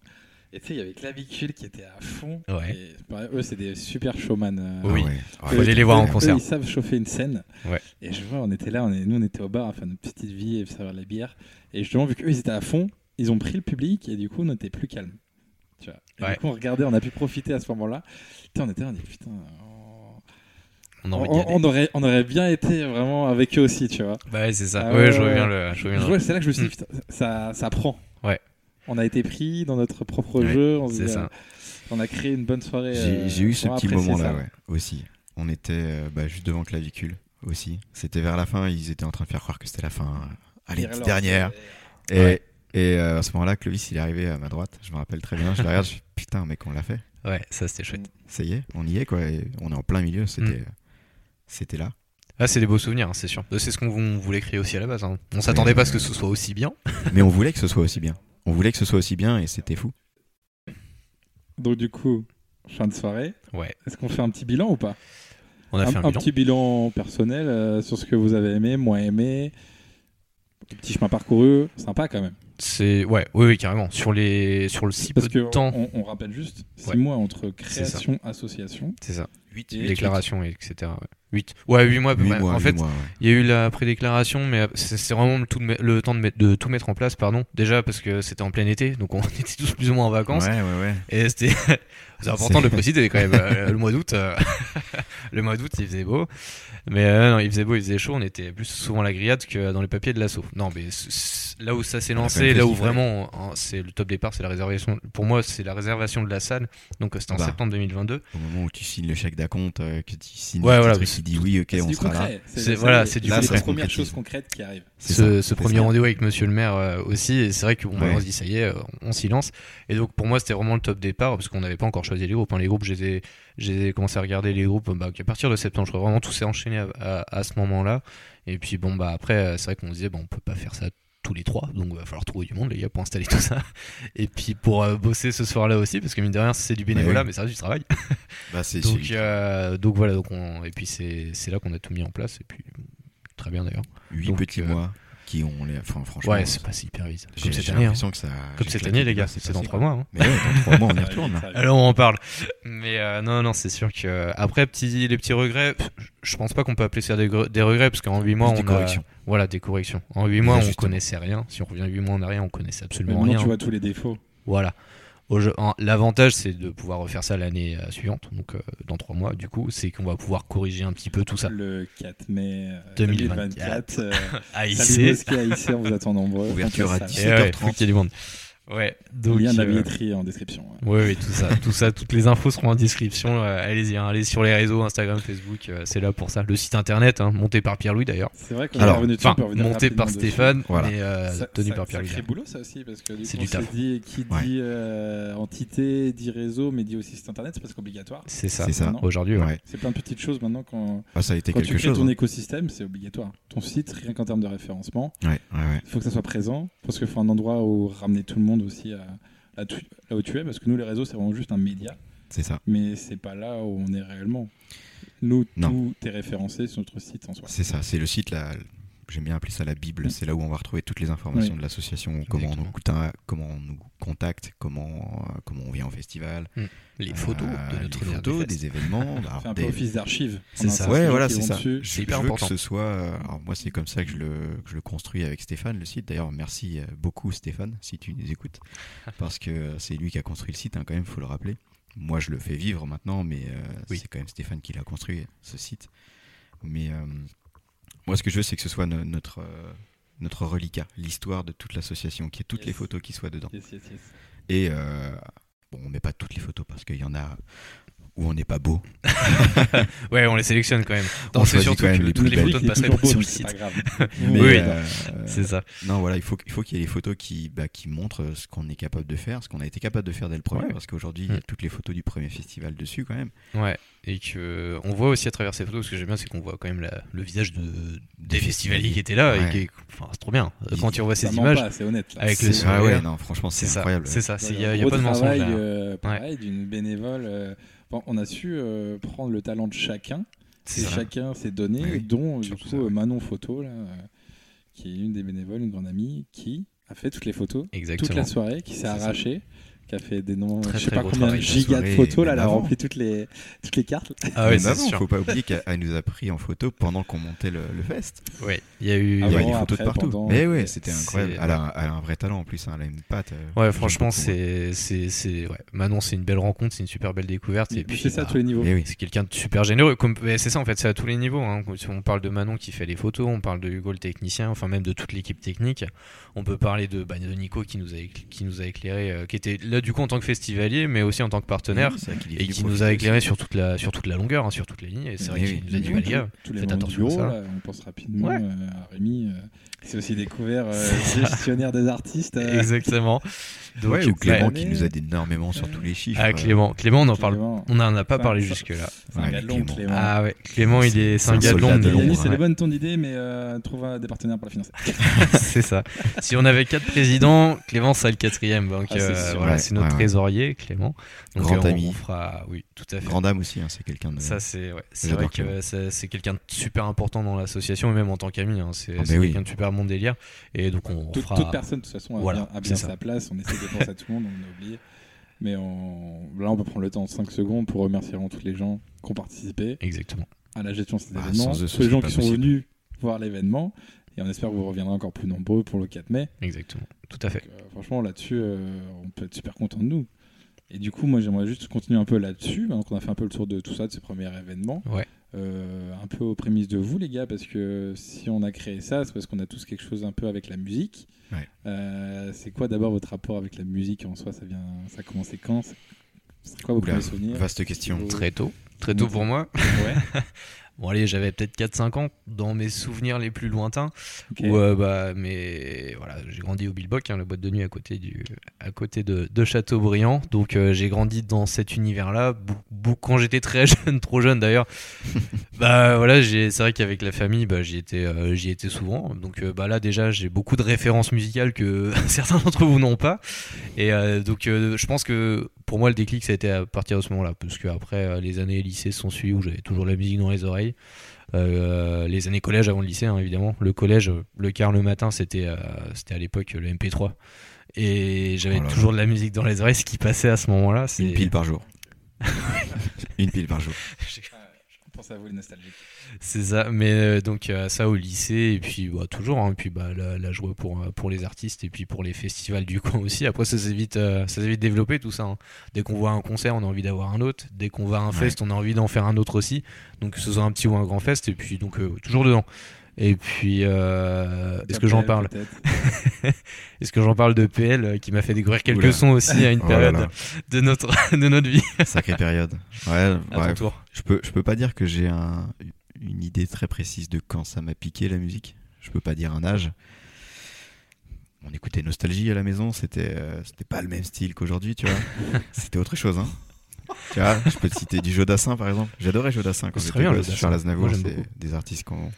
Speaker 3: Et tu sais, il y avait Clavicule qui était à fond.
Speaker 2: Ouais.
Speaker 3: Et, pareil, eux, c'est des super showman. euh,
Speaker 2: Oui.
Speaker 4: Ah ouais. Ah
Speaker 2: Faut
Speaker 4: ouais.
Speaker 2: aller les voir en
Speaker 4: Eux,
Speaker 2: concert.
Speaker 3: Eux, ils savent chauffer une scène.
Speaker 2: Ouais.
Speaker 3: Et je vois, on était là, on est, nous on était au bar à faire notre petite vie et servir la bière. Et justement, vu qu'eux ils étaient à fond, ils ont pris le public et du coup on était plus calme. Tu vois. Et
Speaker 2: Ouais.
Speaker 3: Du coup on regardait, on a pu profiter à ce moment-là. Putain, on était là, on dit putain. on-
Speaker 2: On a
Speaker 3: On,
Speaker 2: envie d'y aller.
Speaker 3: on aurait, on aurait bien été vraiment avec eux aussi, tu vois.
Speaker 2: Bah ouais, c'est ça.
Speaker 3: Ah
Speaker 2: ouais,
Speaker 3: ouais,
Speaker 2: je
Speaker 3: ouais,
Speaker 2: reviens
Speaker 3: ouais.
Speaker 2: le. Je
Speaker 3: Je
Speaker 2: reviens
Speaker 3: vois, c'est là que je me suis
Speaker 2: Mm.
Speaker 3: dit, putain, ça, ça prend.
Speaker 2: Ouais.
Speaker 3: On a été pris dans notre propre
Speaker 2: Ouais,
Speaker 3: jeu, on,
Speaker 2: le-
Speaker 3: se
Speaker 2: C'est
Speaker 3: dit,
Speaker 2: ça.
Speaker 3: euh, on a créé une bonne soirée.
Speaker 4: J'ai
Speaker 3: euh,
Speaker 4: j'ai eu ce
Speaker 3: on a
Speaker 4: petit
Speaker 3: apprécié
Speaker 4: moment-là,
Speaker 3: ça.
Speaker 4: ouais, aussi. On était euh, bah, juste devant Clavicule, aussi. C'était vers la fin, ils étaient en train de faire croire que c'était la fin. hein. Allez,
Speaker 3: Derrière
Speaker 4: petite
Speaker 3: leur-
Speaker 4: dernière. Et,
Speaker 2: Ouais.
Speaker 4: et, euh, à ce moment-là, Clovis, il est arrivé à ma droite. Je me rappelle très bien. Je le regarde, je fais, putain, mec, on l'a fait.
Speaker 2: Ouais, ça c'était chouette.
Speaker 4: Ça y est, on y est, quoi. Et on est en plein milieu. C'était
Speaker 2: Mm.
Speaker 4: c'était là.
Speaker 2: Ah, c'est des beaux souvenirs, hein, c'est sûr. C'est ce qu'on vou- on voulait créer aussi à la base. hein. On s'attendait
Speaker 4: Ouais,
Speaker 2: pas à ce que
Speaker 4: ouais.
Speaker 2: ce soit aussi bien.
Speaker 4: Mais on voulait que ce soit aussi bien. On voulait que ce soit aussi bien et c'était fou.
Speaker 3: Donc du coup, fin de soirée.
Speaker 2: Ouais,
Speaker 3: Est-ce qu'on fait un petit bilan ou pas
Speaker 2: on a fait un, bilan.
Speaker 3: petit bilan personnel euh, sur ce que vous avez aimé, moins aimé. Petit chemin parcouru, sympa quand même.
Speaker 2: C'est ouais, oui, oui, carrément. Sur les sur le si peu
Speaker 3: Parce que
Speaker 2: de temps,
Speaker 3: on, on rappelle juste 6
Speaker 2: Ouais.
Speaker 3: mois entre
Speaker 2: C'est ça.
Speaker 3: création, association.
Speaker 2: c'est ça.
Speaker 4: 8
Speaker 2: Déclaration, etc. 8 Ouais, 8 mois à peu près.
Speaker 4: mois,
Speaker 2: en
Speaker 4: huit
Speaker 2: fait,
Speaker 4: mois, ouais.
Speaker 2: Il y a eu la prédéclaration, mais c'est c'est vraiment le, tout de me- le temps de, mettre- de tout mettre en place, pardon. Déjà parce que c'était en plein été, donc on était tous plus ou moins en vacances.
Speaker 4: Ouais, ouais, ouais.
Speaker 2: Et c'était, c'est important de le préciser quand même. euh, le mois d'août, euh, le mois d'août, il faisait beau. Mais euh, non, il faisait beau, il faisait chaud. On était plus souvent à la grillade que dans les papiers de l'assaut. Non, mais c- c- là où ça s'est
Speaker 4: On a
Speaker 2: lancé,
Speaker 4: quand même fait
Speaker 2: là
Speaker 4: ce
Speaker 2: où
Speaker 4: qu'il fallait.
Speaker 2: vraiment hein, c'est le top départ, c'est la réservation. Pour moi, c'est la réservation de la salle. Donc euh, c'était en
Speaker 4: Bah.
Speaker 2: septembre 2022.
Speaker 4: Au moment où tu signes le chèque d'acompte, euh, que tu signes
Speaker 2: Ouais,
Speaker 4: le petit
Speaker 2: voilà,
Speaker 4: truc
Speaker 2: mais
Speaker 4: qui dit oui, ok,
Speaker 3: C'est
Speaker 4: on
Speaker 3: du
Speaker 4: sera là.
Speaker 3: concret.
Speaker 2: C'est- voilà,
Speaker 3: ça,
Speaker 2: c'est du
Speaker 3: les-
Speaker 4: concret.
Speaker 3: les premières
Speaker 4: Concrétise.
Speaker 3: choses concrètes qui arrivent.
Speaker 4: C'est ça,
Speaker 2: ce, ce
Speaker 4: c'est
Speaker 2: premier
Speaker 4: ça.
Speaker 2: rendez-vous avec monsieur le maire euh, aussi et c'est vrai que bon, bah,
Speaker 4: Ouais.
Speaker 2: on se dit ça y est euh, on s'y lance et donc pour moi c'était vraiment le top départ parce qu'on n'avait pas encore choisi les groupes hein. les groupes j'ai j'ai commencé à regarder les groupes bah, à partir de septembre je crois vraiment tout s'est enchaîné à, à- à ce moment là et puis bon bah après euh, c'est vrai qu'on se disait bon on peut pas faire ça tous les trois donc va falloir trouver du monde les gars pour installer tout ça et puis pour euh, bosser ce soir là aussi parce que mine de rien c'est du bénévolat
Speaker 4: Ouais.
Speaker 2: mais ça reste du travail
Speaker 4: Bah, c'est
Speaker 2: donc euh, donc voilà donc on, et puis c'est c'est là qu'on a tout mis en place et puis très bien d'ailleurs
Speaker 4: 8
Speaker 2: donc,
Speaker 4: petits
Speaker 2: euh,
Speaker 4: mois qui ont les. Enfin, franchement. euh,
Speaker 2: ouais c'est passé hyper vite
Speaker 4: j'ai-
Speaker 2: comme
Speaker 4: j'ai
Speaker 2: cette année hein.
Speaker 4: l'impression que ça.
Speaker 2: Comme
Speaker 4: j'ai
Speaker 2: cette
Speaker 4: claqué
Speaker 2: année, les
Speaker 4: des
Speaker 2: gars,
Speaker 4: doigts,
Speaker 2: c'est dans
Speaker 4: passé,
Speaker 2: 3
Speaker 4: quoi.
Speaker 2: mois. hein.
Speaker 4: Mais ouais, dans 3 mois, on y retourne. là.
Speaker 2: Alors on en parle. Mais euh, non, non, c'est sûr que. euh, Après, petit, les petits regrets, pff, je pense pas qu'on peut appeler ça des, gre- des regrets, parce qu'en 8 mois,
Speaker 4: Plus
Speaker 2: on
Speaker 4: des
Speaker 2: a-
Speaker 4: corrections.
Speaker 2: Voilà, des corrections. En 8
Speaker 4: Ouais,
Speaker 2: mois, on
Speaker 4: justement.
Speaker 2: connaissait rien. Si on revient 8 mois en arrière, on connaissait absolument
Speaker 3: Maintenant,
Speaker 2: rien.
Speaker 3: tu vois tous les défauts.
Speaker 2: Voilà. Au jeu- en- L'avantage, c'est de pouvoir refaire ça l'année euh, suivante, donc euh, dans 3 mois, du coup, c'est qu'on va pouvoir corriger un petit peu tout ça.
Speaker 3: Le 4 mai euh,
Speaker 2: 2024.
Speaker 3: 2024. euh,
Speaker 2: Ah,
Speaker 3: Salut Bosquet à IC, on vous attend nombreux.
Speaker 4: Ouverture à
Speaker 3: Place
Speaker 2: Et ouais,
Speaker 4: 17h30.
Speaker 2: faut qu'il y ait du monde. Ouais, donc.
Speaker 3: Lien de la
Speaker 2: euh,
Speaker 3: billetterie en description. ouais.
Speaker 2: Oui, oui, tout ça, tout ça, toutes les infos seront en description. euh, allez-y, hein, allez sur les réseaux Instagram, Facebook, euh, c'est là pour ça. Le site internet, hein, monté par Pierre-Louis d'ailleurs.
Speaker 3: C'est vrai qu'on est
Speaker 4: Alors,
Speaker 3: revenu dessus, on
Speaker 2: Enfin,
Speaker 3: peut revenir
Speaker 2: monté
Speaker 3: rapidement
Speaker 2: par
Speaker 3: dessus.
Speaker 2: Stéphane,
Speaker 4: Voilà.
Speaker 2: mais euh,
Speaker 3: Ça-
Speaker 2: tenu
Speaker 3: ça-
Speaker 2: par Pierre-Louis.
Speaker 3: sacré boulot ça aussi parce que du
Speaker 2: C'est
Speaker 3: coup,
Speaker 2: du
Speaker 3: on
Speaker 2: taf.
Speaker 3: s'est dit qui dit
Speaker 4: Ouais.
Speaker 3: euh, entité dit réseau mais dit aussi site internet c'est parce qu'obligatoire
Speaker 2: C'est ça,
Speaker 4: C'est ça.
Speaker 3: Non.
Speaker 2: aujourd'hui. ouais.
Speaker 4: Ouais.
Speaker 3: c'est plein de petites choses maintenant quand,
Speaker 4: Ah, ça a été
Speaker 3: quand tu
Speaker 4: quelque
Speaker 3: crées
Speaker 4: chose.
Speaker 3: ton
Speaker 4: hein.
Speaker 3: écosystème c'est obligatoire ton site rien qu'en termes de référencement
Speaker 4: Ouais, ouais, ouais.
Speaker 3: il faut que ça soit présent parce qu'il faut un endroit où ramener tout le monde aussi à, à tu- là où tu es parce que nous les réseaux c'est vraiment juste un média
Speaker 4: C'est ça.
Speaker 3: mais c'est pas là où on est réellement nous
Speaker 4: Non.
Speaker 3: tout est référencé sur notre site en soi
Speaker 4: C'est ça, c'est le site, là, j'aime bien appeler ça la Bible, c'est là où on va retrouver toutes les informations de l'association, comment, on nous contacte- comment on nous contacte, comment, euh, comment on vient au festival,
Speaker 2: Les photos
Speaker 4: euh,
Speaker 2: de notre
Speaker 4: les photos des événements. alors,
Speaker 3: on fait un
Speaker 4: des-
Speaker 3: peu office d'archives
Speaker 2: C'est
Speaker 3: On a un
Speaker 2: ça.
Speaker 3: certain
Speaker 4: Ouais,
Speaker 3: nombre
Speaker 4: voilà,
Speaker 3: qui
Speaker 4: c'est
Speaker 3: vont
Speaker 4: ça.
Speaker 3: dessus.
Speaker 4: Je,
Speaker 2: C'est hyper
Speaker 4: je veux
Speaker 2: important.
Speaker 4: que ce soit. euh, Alors, moi, c'est comme ça que je, le, que je le construis avec Stéphane, le site. D'ailleurs, merci euh, beaucoup, Stéphane, si tu nous écoutes. parce que euh, c'est lui qui a construit le site, hein, quand même, faut le rappeler. Moi, je le fais vivre maintenant, mais euh,
Speaker 2: Oui.
Speaker 4: c'est quand même Stéphane qui l'a construit, ce site. Mais euh, moi, ce que je veux, c'est que ce soit no- notre. euh, notre reliquat, l'histoire de toute l'association, qu'il y ait toutes
Speaker 3: Yes.
Speaker 4: les photos qui soient dedans.
Speaker 3: Yes, yes, yes.
Speaker 4: Et euh, bon, on met pas toutes les photos parce qu'il y en a. où on n'est pas beau.
Speaker 2: Ouais, on les sélectionne quand même.
Speaker 4: On
Speaker 2: Non, c'est
Speaker 4: choisit
Speaker 2: surtout
Speaker 4: quand même
Speaker 2: que
Speaker 4: les
Speaker 2: toutes
Speaker 4: plus
Speaker 2: les
Speaker 4: belles.
Speaker 2: photos ne passeraient pas sur le site.
Speaker 4: Mais,
Speaker 2: Oui,
Speaker 4: euh,
Speaker 2: C'est ça.
Speaker 4: non, voilà, il faut, il faut qu'il y ait les photos qui, bah, qui montrent ce qu'on est capable de faire, ce qu'on a été capable de faire dès le premier,
Speaker 2: Ouais.
Speaker 4: parce qu'aujourd'hui, il y a
Speaker 2: Mm.
Speaker 4: toutes les photos du premier festival dessus quand même.
Speaker 2: Ouais, et que euh, on voit aussi à travers ces photos, ce que j'aime bien, c'est qu'on voit quand même la- le visage de, des festivaliers qui étaient là. et
Speaker 4: Ouais.
Speaker 2: qui- enfin, c'est trop bien. Euh,
Speaker 4: Ils-
Speaker 2: Quand tu revois
Speaker 3: Ça
Speaker 2: ces
Speaker 3: ment
Speaker 2: images,
Speaker 3: pas, c'est honnête. là.
Speaker 2: avec le
Speaker 3: C'est-
Speaker 4: Ah ouais,
Speaker 2: sourire.
Speaker 4: non, franchement,
Speaker 2: c'est
Speaker 4: c'est
Speaker 2: ça.
Speaker 4: incroyable.
Speaker 2: C'est ça. Il
Speaker 3: Il
Speaker 2: n'y a, y a pas de mensonge
Speaker 3: travail,
Speaker 2: là.
Speaker 3: euh, pareil, d'une bénévole. euh, bon, on a su euh, prendre le talent de chacun.
Speaker 2: C'est
Speaker 3: Et
Speaker 2: ça.
Speaker 3: chacun s'est donné,
Speaker 4: Oui, oui.
Speaker 3: dont euh, du
Speaker 4: Surtout
Speaker 3: coup
Speaker 4: ça,
Speaker 3: euh,
Speaker 4: oui.
Speaker 3: Manon Photo, là, euh, qui est une des bénévoles, une grande amie, qui a fait toutes les photos, toute
Speaker 2: Exactement.
Speaker 3: la soirée, qui s'est
Speaker 4: C'est ça.
Speaker 3: arrachée, qui a fait des noms, je
Speaker 2: Très,
Speaker 3: sais
Speaker 2: très
Speaker 3: pas
Speaker 2: gros
Speaker 3: combien de
Speaker 2: travail.
Speaker 3: gigas de
Speaker 4: La soirée,
Speaker 3: photos, là, elle a
Speaker 4: même avant.
Speaker 3: rempli toutes les, toutes les cartes.
Speaker 2: Ah ouais,
Speaker 4: Même
Speaker 2: c'est
Speaker 4: avant,
Speaker 2: sûr.
Speaker 4: faut pas oublier qu'elle elle nous a pris en photo pendant qu'on montait le, le fest.
Speaker 2: Ouais, il y a eu.
Speaker 3: Ah
Speaker 4: il y
Speaker 3: ouais.
Speaker 4: avait
Speaker 2: ouais,
Speaker 4: des
Speaker 3: Avant,
Speaker 4: photos de
Speaker 3: après,
Speaker 4: partout.
Speaker 3: pendant.
Speaker 4: mais ouais, c'était
Speaker 2: C'est-
Speaker 4: incroyable. Elle a, elle a un vrai talent en plus, hein, elle a une patte. euh, j'aime
Speaker 2: franchement,
Speaker 4: beaucoup, moi.
Speaker 2: c'est, c'est, c'est, ouais. Manon, c'est une belle rencontre, c'est une super belle découverte. Et puis,
Speaker 3: C'est ça à
Speaker 2: bah,
Speaker 3: tous les niveaux.
Speaker 4: hein. Mais oui.
Speaker 2: c'est quelqu'un de super généreux. Comme, mais c'est ça, en fait, c'est à tous les niveaux. hein. On parle de Manon qui fait les photos, on parle de Hugo le technicien, enfin même de toute l'équipe technique. On peut parler de, bah, de Nico qui nous a, écl- qui nous a éclairé, euh, qui était là du coup en tant que festivalier, mais aussi en tant que partenaire.
Speaker 4: Oui, c'est vrai qu'il est
Speaker 2: Et
Speaker 4: venu
Speaker 2: qui nous
Speaker 4: profiter
Speaker 2: a
Speaker 4: aussi.
Speaker 2: éclairé sur toute la, sur toute la longueur, hein, sur toutes les lignes. Et c'est vrai
Speaker 4: Mais
Speaker 2: qu'il
Speaker 4: oui.
Speaker 2: nous a dit,
Speaker 3: Oui,
Speaker 2: bah, les gars,
Speaker 3: tous les
Speaker 2: faites
Speaker 3: membres du
Speaker 2: attention à
Speaker 3: bureau,
Speaker 2: ça.
Speaker 3: là, on pense rapidement
Speaker 2: Ouais.
Speaker 3: euh, à Rémi, euh, qui s'est aussi découvert euh,
Speaker 2: C'est
Speaker 3: gestionnaire des artistes. euh,
Speaker 2: Exactement. Donc,
Speaker 4: Ouais, ou Clément
Speaker 2: ouais.
Speaker 4: qui nous aide énormément sur tous les chiffres.
Speaker 2: Ah, Clément. Clément, on en parle.
Speaker 3: Clément.
Speaker 2: On n'en a pas
Speaker 3: Ça,
Speaker 2: parlé
Speaker 3: ça-
Speaker 2: jusque-là.
Speaker 3: C'est un
Speaker 4: Ouais,
Speaker 3: gars de long,
Speaker 4: Clément.
Speaker 3: Clément.
Speaker 2: Ah ouais, Clément, il est, c'est un
Speaker 4: un
Speaker 2: gars de
Speaker 4: soldat
Speaker 2: Londres.
Speaker 4: de
Speaker 3: Et Yannis,
Speaker 4: Londres,
Speaker 3: c'est
Speaker 2: Ouais.
Speaker 3: la bonne ton idée, mais euh, trouve un- des partenaires pour la financer.
Speaker 2: c'est ça. Si on avait quatre présidents, Clément serait le quatrième. Donc
Speaker 3: Ah, c'est
Speaker 2: euh,
Speaker 3: sûr.
Speaker 2: voilà,
Speaker 4: Ouais,
Speaker 2: c'est notre
Speaker 4: ouais, ouais.
Speaker 2: trésorier, Clément. Donc
Speaker 4: Grand
Speaker 2: euh, on-
Speaker 4: ami.
Speaker 2: on fera, oui, tout à fait.
Speaker 4: Grande dame aussi, hein, c'est quelqu'un de.
Speaker 2: Ça c'est ouais, c'est
Speaker 4: J'adore
Speaker 2: vrai que
Speaker 4: Clément.
Speaker 2: euh, c'est c'est quelqu'un de super important dans l'association et même en tant qu'ami. hein. c'est
Speaker 4: Ah,
Speaker 2: c'est
Speaker 4: ben oui.
Speaker 2: quelqu'un de super bon délire. Et donc on
Speaker 3: Toute,
Speaker 2: fera.
Speaker 3: toute personne, de toute façon, a
Speaker 2: Voilà,
Speaker 3: bien, a
Speaker 2: c'est
Speaker 3: bien
Speaker 2: ça.
Speaker 3: sa place. On essaie de penser à tout le monde, on a oublié. Mais on- là, on peut prendre le temps, 5 secondes, pour remercier vraiment tous les gens qui ont participé
Speaker 2: Exactement.
Speaker 3: à la gestion de cet
Speaker 4: Ah,
Speaker 3: événement,
Speaker 4: sans eux, ce
Speaker 3: tous les gens
Speaker 4: serait
Speaker 3: qui
Speaker 4: pas
Speaker 3: sont
Speaker 4: possible.
Speaker 3: venus voir l'événement. Et on espère que vous reviendrez encore plus nombreux pour le 4 mai.
Speaker 2: Exactement. Tout à fait.
Speaker 3: Donc, euh, franchement, là-dessus, euh, on peut être super content de nous. Et du coup, moi, j'aimerais juste continuer un peu là-dessus, maintenant qu'on a fait un peu le tour de tout ça, de ce premier événement.
Speaker 2: Ouais.
Speaker 3: Euh, un peu aux prémices de vous, les gars, parce que si on a créé ça, c'est parce qu'on a tous quelque chose un peu avec la musique.
Speaker 4: Ouais.
Speaker 3: Euh, c'est quoi d'abord votre rapport avec la musique en soi Ça vient, ça a commencé quand C'est- C'est quoi vos
Speaker 4: Oula,
Speaker 3: premiers souvenirs
Speaker 4: Vaste question.
Speaker 2: Très tôt. Très tôt pour moi.
Speaker 3: Ouais.
Speaker 2: Bon allez, j'avais peut-être 4-5 ans dans mes souvenirs les plus lointains.
Speaker 3: Ok.
Speaker 2: Où, euh, bah, mais voilà, j'ai grandi au Billbock, hein, la boîte de nuit à côté, du, à côté de, de Châteaubriand. Donc euh, j'ai grandi dans cet univers-là. Bou- bou- Quand j'étais très jeune, trop jeune d'ailleurs, bah voilà, j'ai- c'est vrai qu'avec la famille, bah, j'y étais, euh, j'y étais souvent. Donc euh, bah, là déjà, j'ai beaucoup de références musicales que certains d'entre vous n'ont pas. Et euh, donc euh, je pense que pour moi le déclic ça a été à partir de ce moment-là, parce que après euh, les années lycée se sont suivies où j'avais toujours la musique dans les oreilles. Euh, les années collège avant le lycée, hein, évidemment. Le collège, euh, le quart le matin, c'était euh, c'était à l'époque euh, le MP3. Et j'avais
Speaker 4: Oh là là.
Speaker 2: toujours de la musique dans les oreilles, ce qui passait à ce moment-là. c'est-
Speaker 4: Une pile par jour. Une pile par jour.
Speaker 3: Pensez à vous les nostalgiques.
Speaker 2: C'est ça. Mais euh, donc, euh, ça au lycée, et puis bah, toujours. hein, et puis bah, la, la joie pour, euh, pour les artistes, et puis pour les festivals du coin aussi. Après, ça s'est vite, euh, ça s'est vite développé tout ça. hein. Dès qu'on voit un concert, on a envie d'avoir un autre. Dès qu'on va à un fest, on a envie d'en faire un autre aussi. Donc, que ce soit un petit ou un grand fest, et puis donc, euh, toujours dedans. Et puis, euh, est-ce que j'en
Speaker 3: Gabriel,
Speaker 2: parle
Speaker 3: peut-être.
Speaker 2: Est-ce que j'en parle de PL euh, qui m'a fait découvrir quelques
Speaker 4: Oula.
Speaker 2: sons aussi à une
Speaker 4: Oh là
Speaker 2: période
Speaker 4: là,
Speaker 2: de notre de notre vie
Speaker 4: sacrée période. Ouais,
Speaker 2: à
Speaker 4: ouais,
Speaker 2: ton tour
Speaker 4: Je peux, je peux pas dire que j'ai un- une idée très précise de quand ça m'a piqué la musique. Je peux pas dire un âge. On écoutait Nostalgie à la maison, c'était euh, c'était pas le même style qu'aujourd'hui, tu vois. c'était autre chose, hein. Tu vois, je peux te citer du Jodassin par exemple. J'adorais Jodassin quand
Speaker 2: C'est
Speaker 4: j'étais
Speaker 2: très bien,
Speaker 4: gosse.
Speaker 2: Jodassin.
Speaker 4: Charles Aznavour,
Speaker 2: Moi, j'aime
Speaker 4: c'est
Speaker 2: beaucoup.
Speaker 4: des artistes qu'on.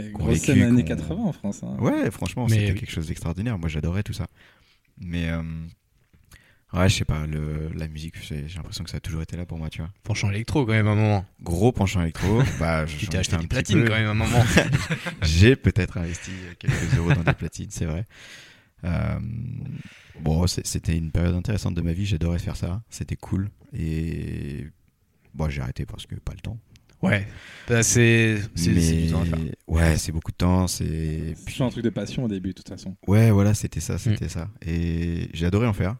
Speaker 3: Et
Speaker 4: qu'on
Speaker 3: Grosse
Speaker 4: vécu,
Speaker 3: scène années
Speaker 4: qu'on-
Speaker 3: 80 en France. hein.
Speaker 4: Ouais, franchement,
Speaker 2: Mais
Speaker 4: c'était
Speaker 2: oui.
Speaker 4: quelque chose d'extraordinaire. Moi, j'adorais tout ça. Mais euh, ouais, je sais pas. Le, la musique, j'ai j'ai l'impression que ça a toujours été là pour moi, tu vois.
Speaker 2: penchant électro quand même à un moment
Speaker 4: Gros penchant électro. bah,
Speaker 2: tu
Speaker 4: j'en
Speaker 2: t'es
Speaker 4: ai
Speaker 2: acheté
Speaker 4: un
Speaker 2: des
Speaker 4: petit
Speaker 2: platines
Speaker 4: peu.
Speaker 2: quand même à un moment
Speaker 4: J'ai peut-être investi quelques euros dans des platines, c'est vrai. Euh, bon, c'est- c'était une période intéressante de ma vie, j'adorais faire ça, c'était cool. Et bon, j'ai arrêté parce que pas le temps.
Speaker 2: ouais Bah, c'est c'est
Speaker 4: Mais-
Speaker 2: c'est du temps à faire.
Speaker 4: ouais, c'est beaucoup de temps, c'est
Speaker 3: C'est toujours un truc de passion au début, de toute façon.
Speaker 4: ouais, voilà, c'était ça, c'était
Speaker 2: Mm.
Speaker 4: ça. Et j'ai adoré en faire,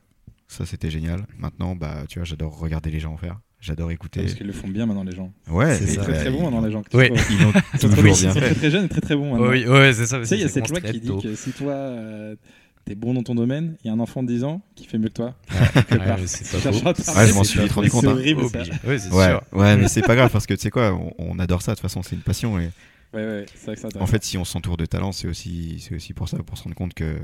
Speaker 4: ça c'était génial. Maintenant, bah, tu vois, j'adore regarder les gens en faire, j'adore écouter.
Speaker 3: Parce qu'ils le font bien maintenant, les gens.
Speaker 4: Ouais,
Speaker 2: C'est
Speaker 4: mais- bah,
Speaker 2: ça.
Speaker 3: Très très bon maintenant, les gens. que tu
Speaker 2: Ouais.
Speaker 3: trouves.
Speaker 4: Ils l'ont
Speaker 3: Ils sont
Speaker 4: toujours
Speaker 3: très-
Speaker 4: bien
Speaker 3: ils sont
Speaker 4: fait.
Speaker 3: très très jeunes et très très bons maintenant.
Speaker 2: oui ouais c'est ça
Speaker 3: Tu
Speaker 2: parce
Speaker 3: sais, il y
Speaker 2: que
Speaker 3: a
Speaker 2: ça
Speaker 3: cette
Speaker 2: commence
Speaker 3: loi
Speaker 2: très
Speaker 3: qui dit
Speaker 2: tôt.
Speaker 3: que si toi, euh, t'es bon dans ton domaine, il y a un enfant de 10 ans qui fait mieux que toi.
Speaker 2: Ouais,
Speaker 3: part.
Speaker 2: mais c'est
Speaker 3: Tu
Speaker 2: pas
Speaker 3: chercheras à te
Speaker 4: Ouais,
Speaker 3: parler,
Speaker 4: je m'en
Speaker 3: c'est
Speaker 4: suis vite
Speaker 3: pas-
Speaker 4: rendu compte,
Speaker 3: C'est
Speaker 4: hein.
Speaker 3: horrible ça.
Speaker 2: obligé. Ouais, c'est
Speaker 4: Ouais,
Speaker 2: sûr.
Speaker 4: ouais, mais c'est pas grave parce que tu sais quoi, on, on adore ça. De toute façon, c'est une passion. Et
Speaker 3: Ouais, ouais, c'est vrai que ça
Speaker 4: en fait, si on s'entoure de talents, c'est aussi, c'est aussi pour ça, pour se rendre compte que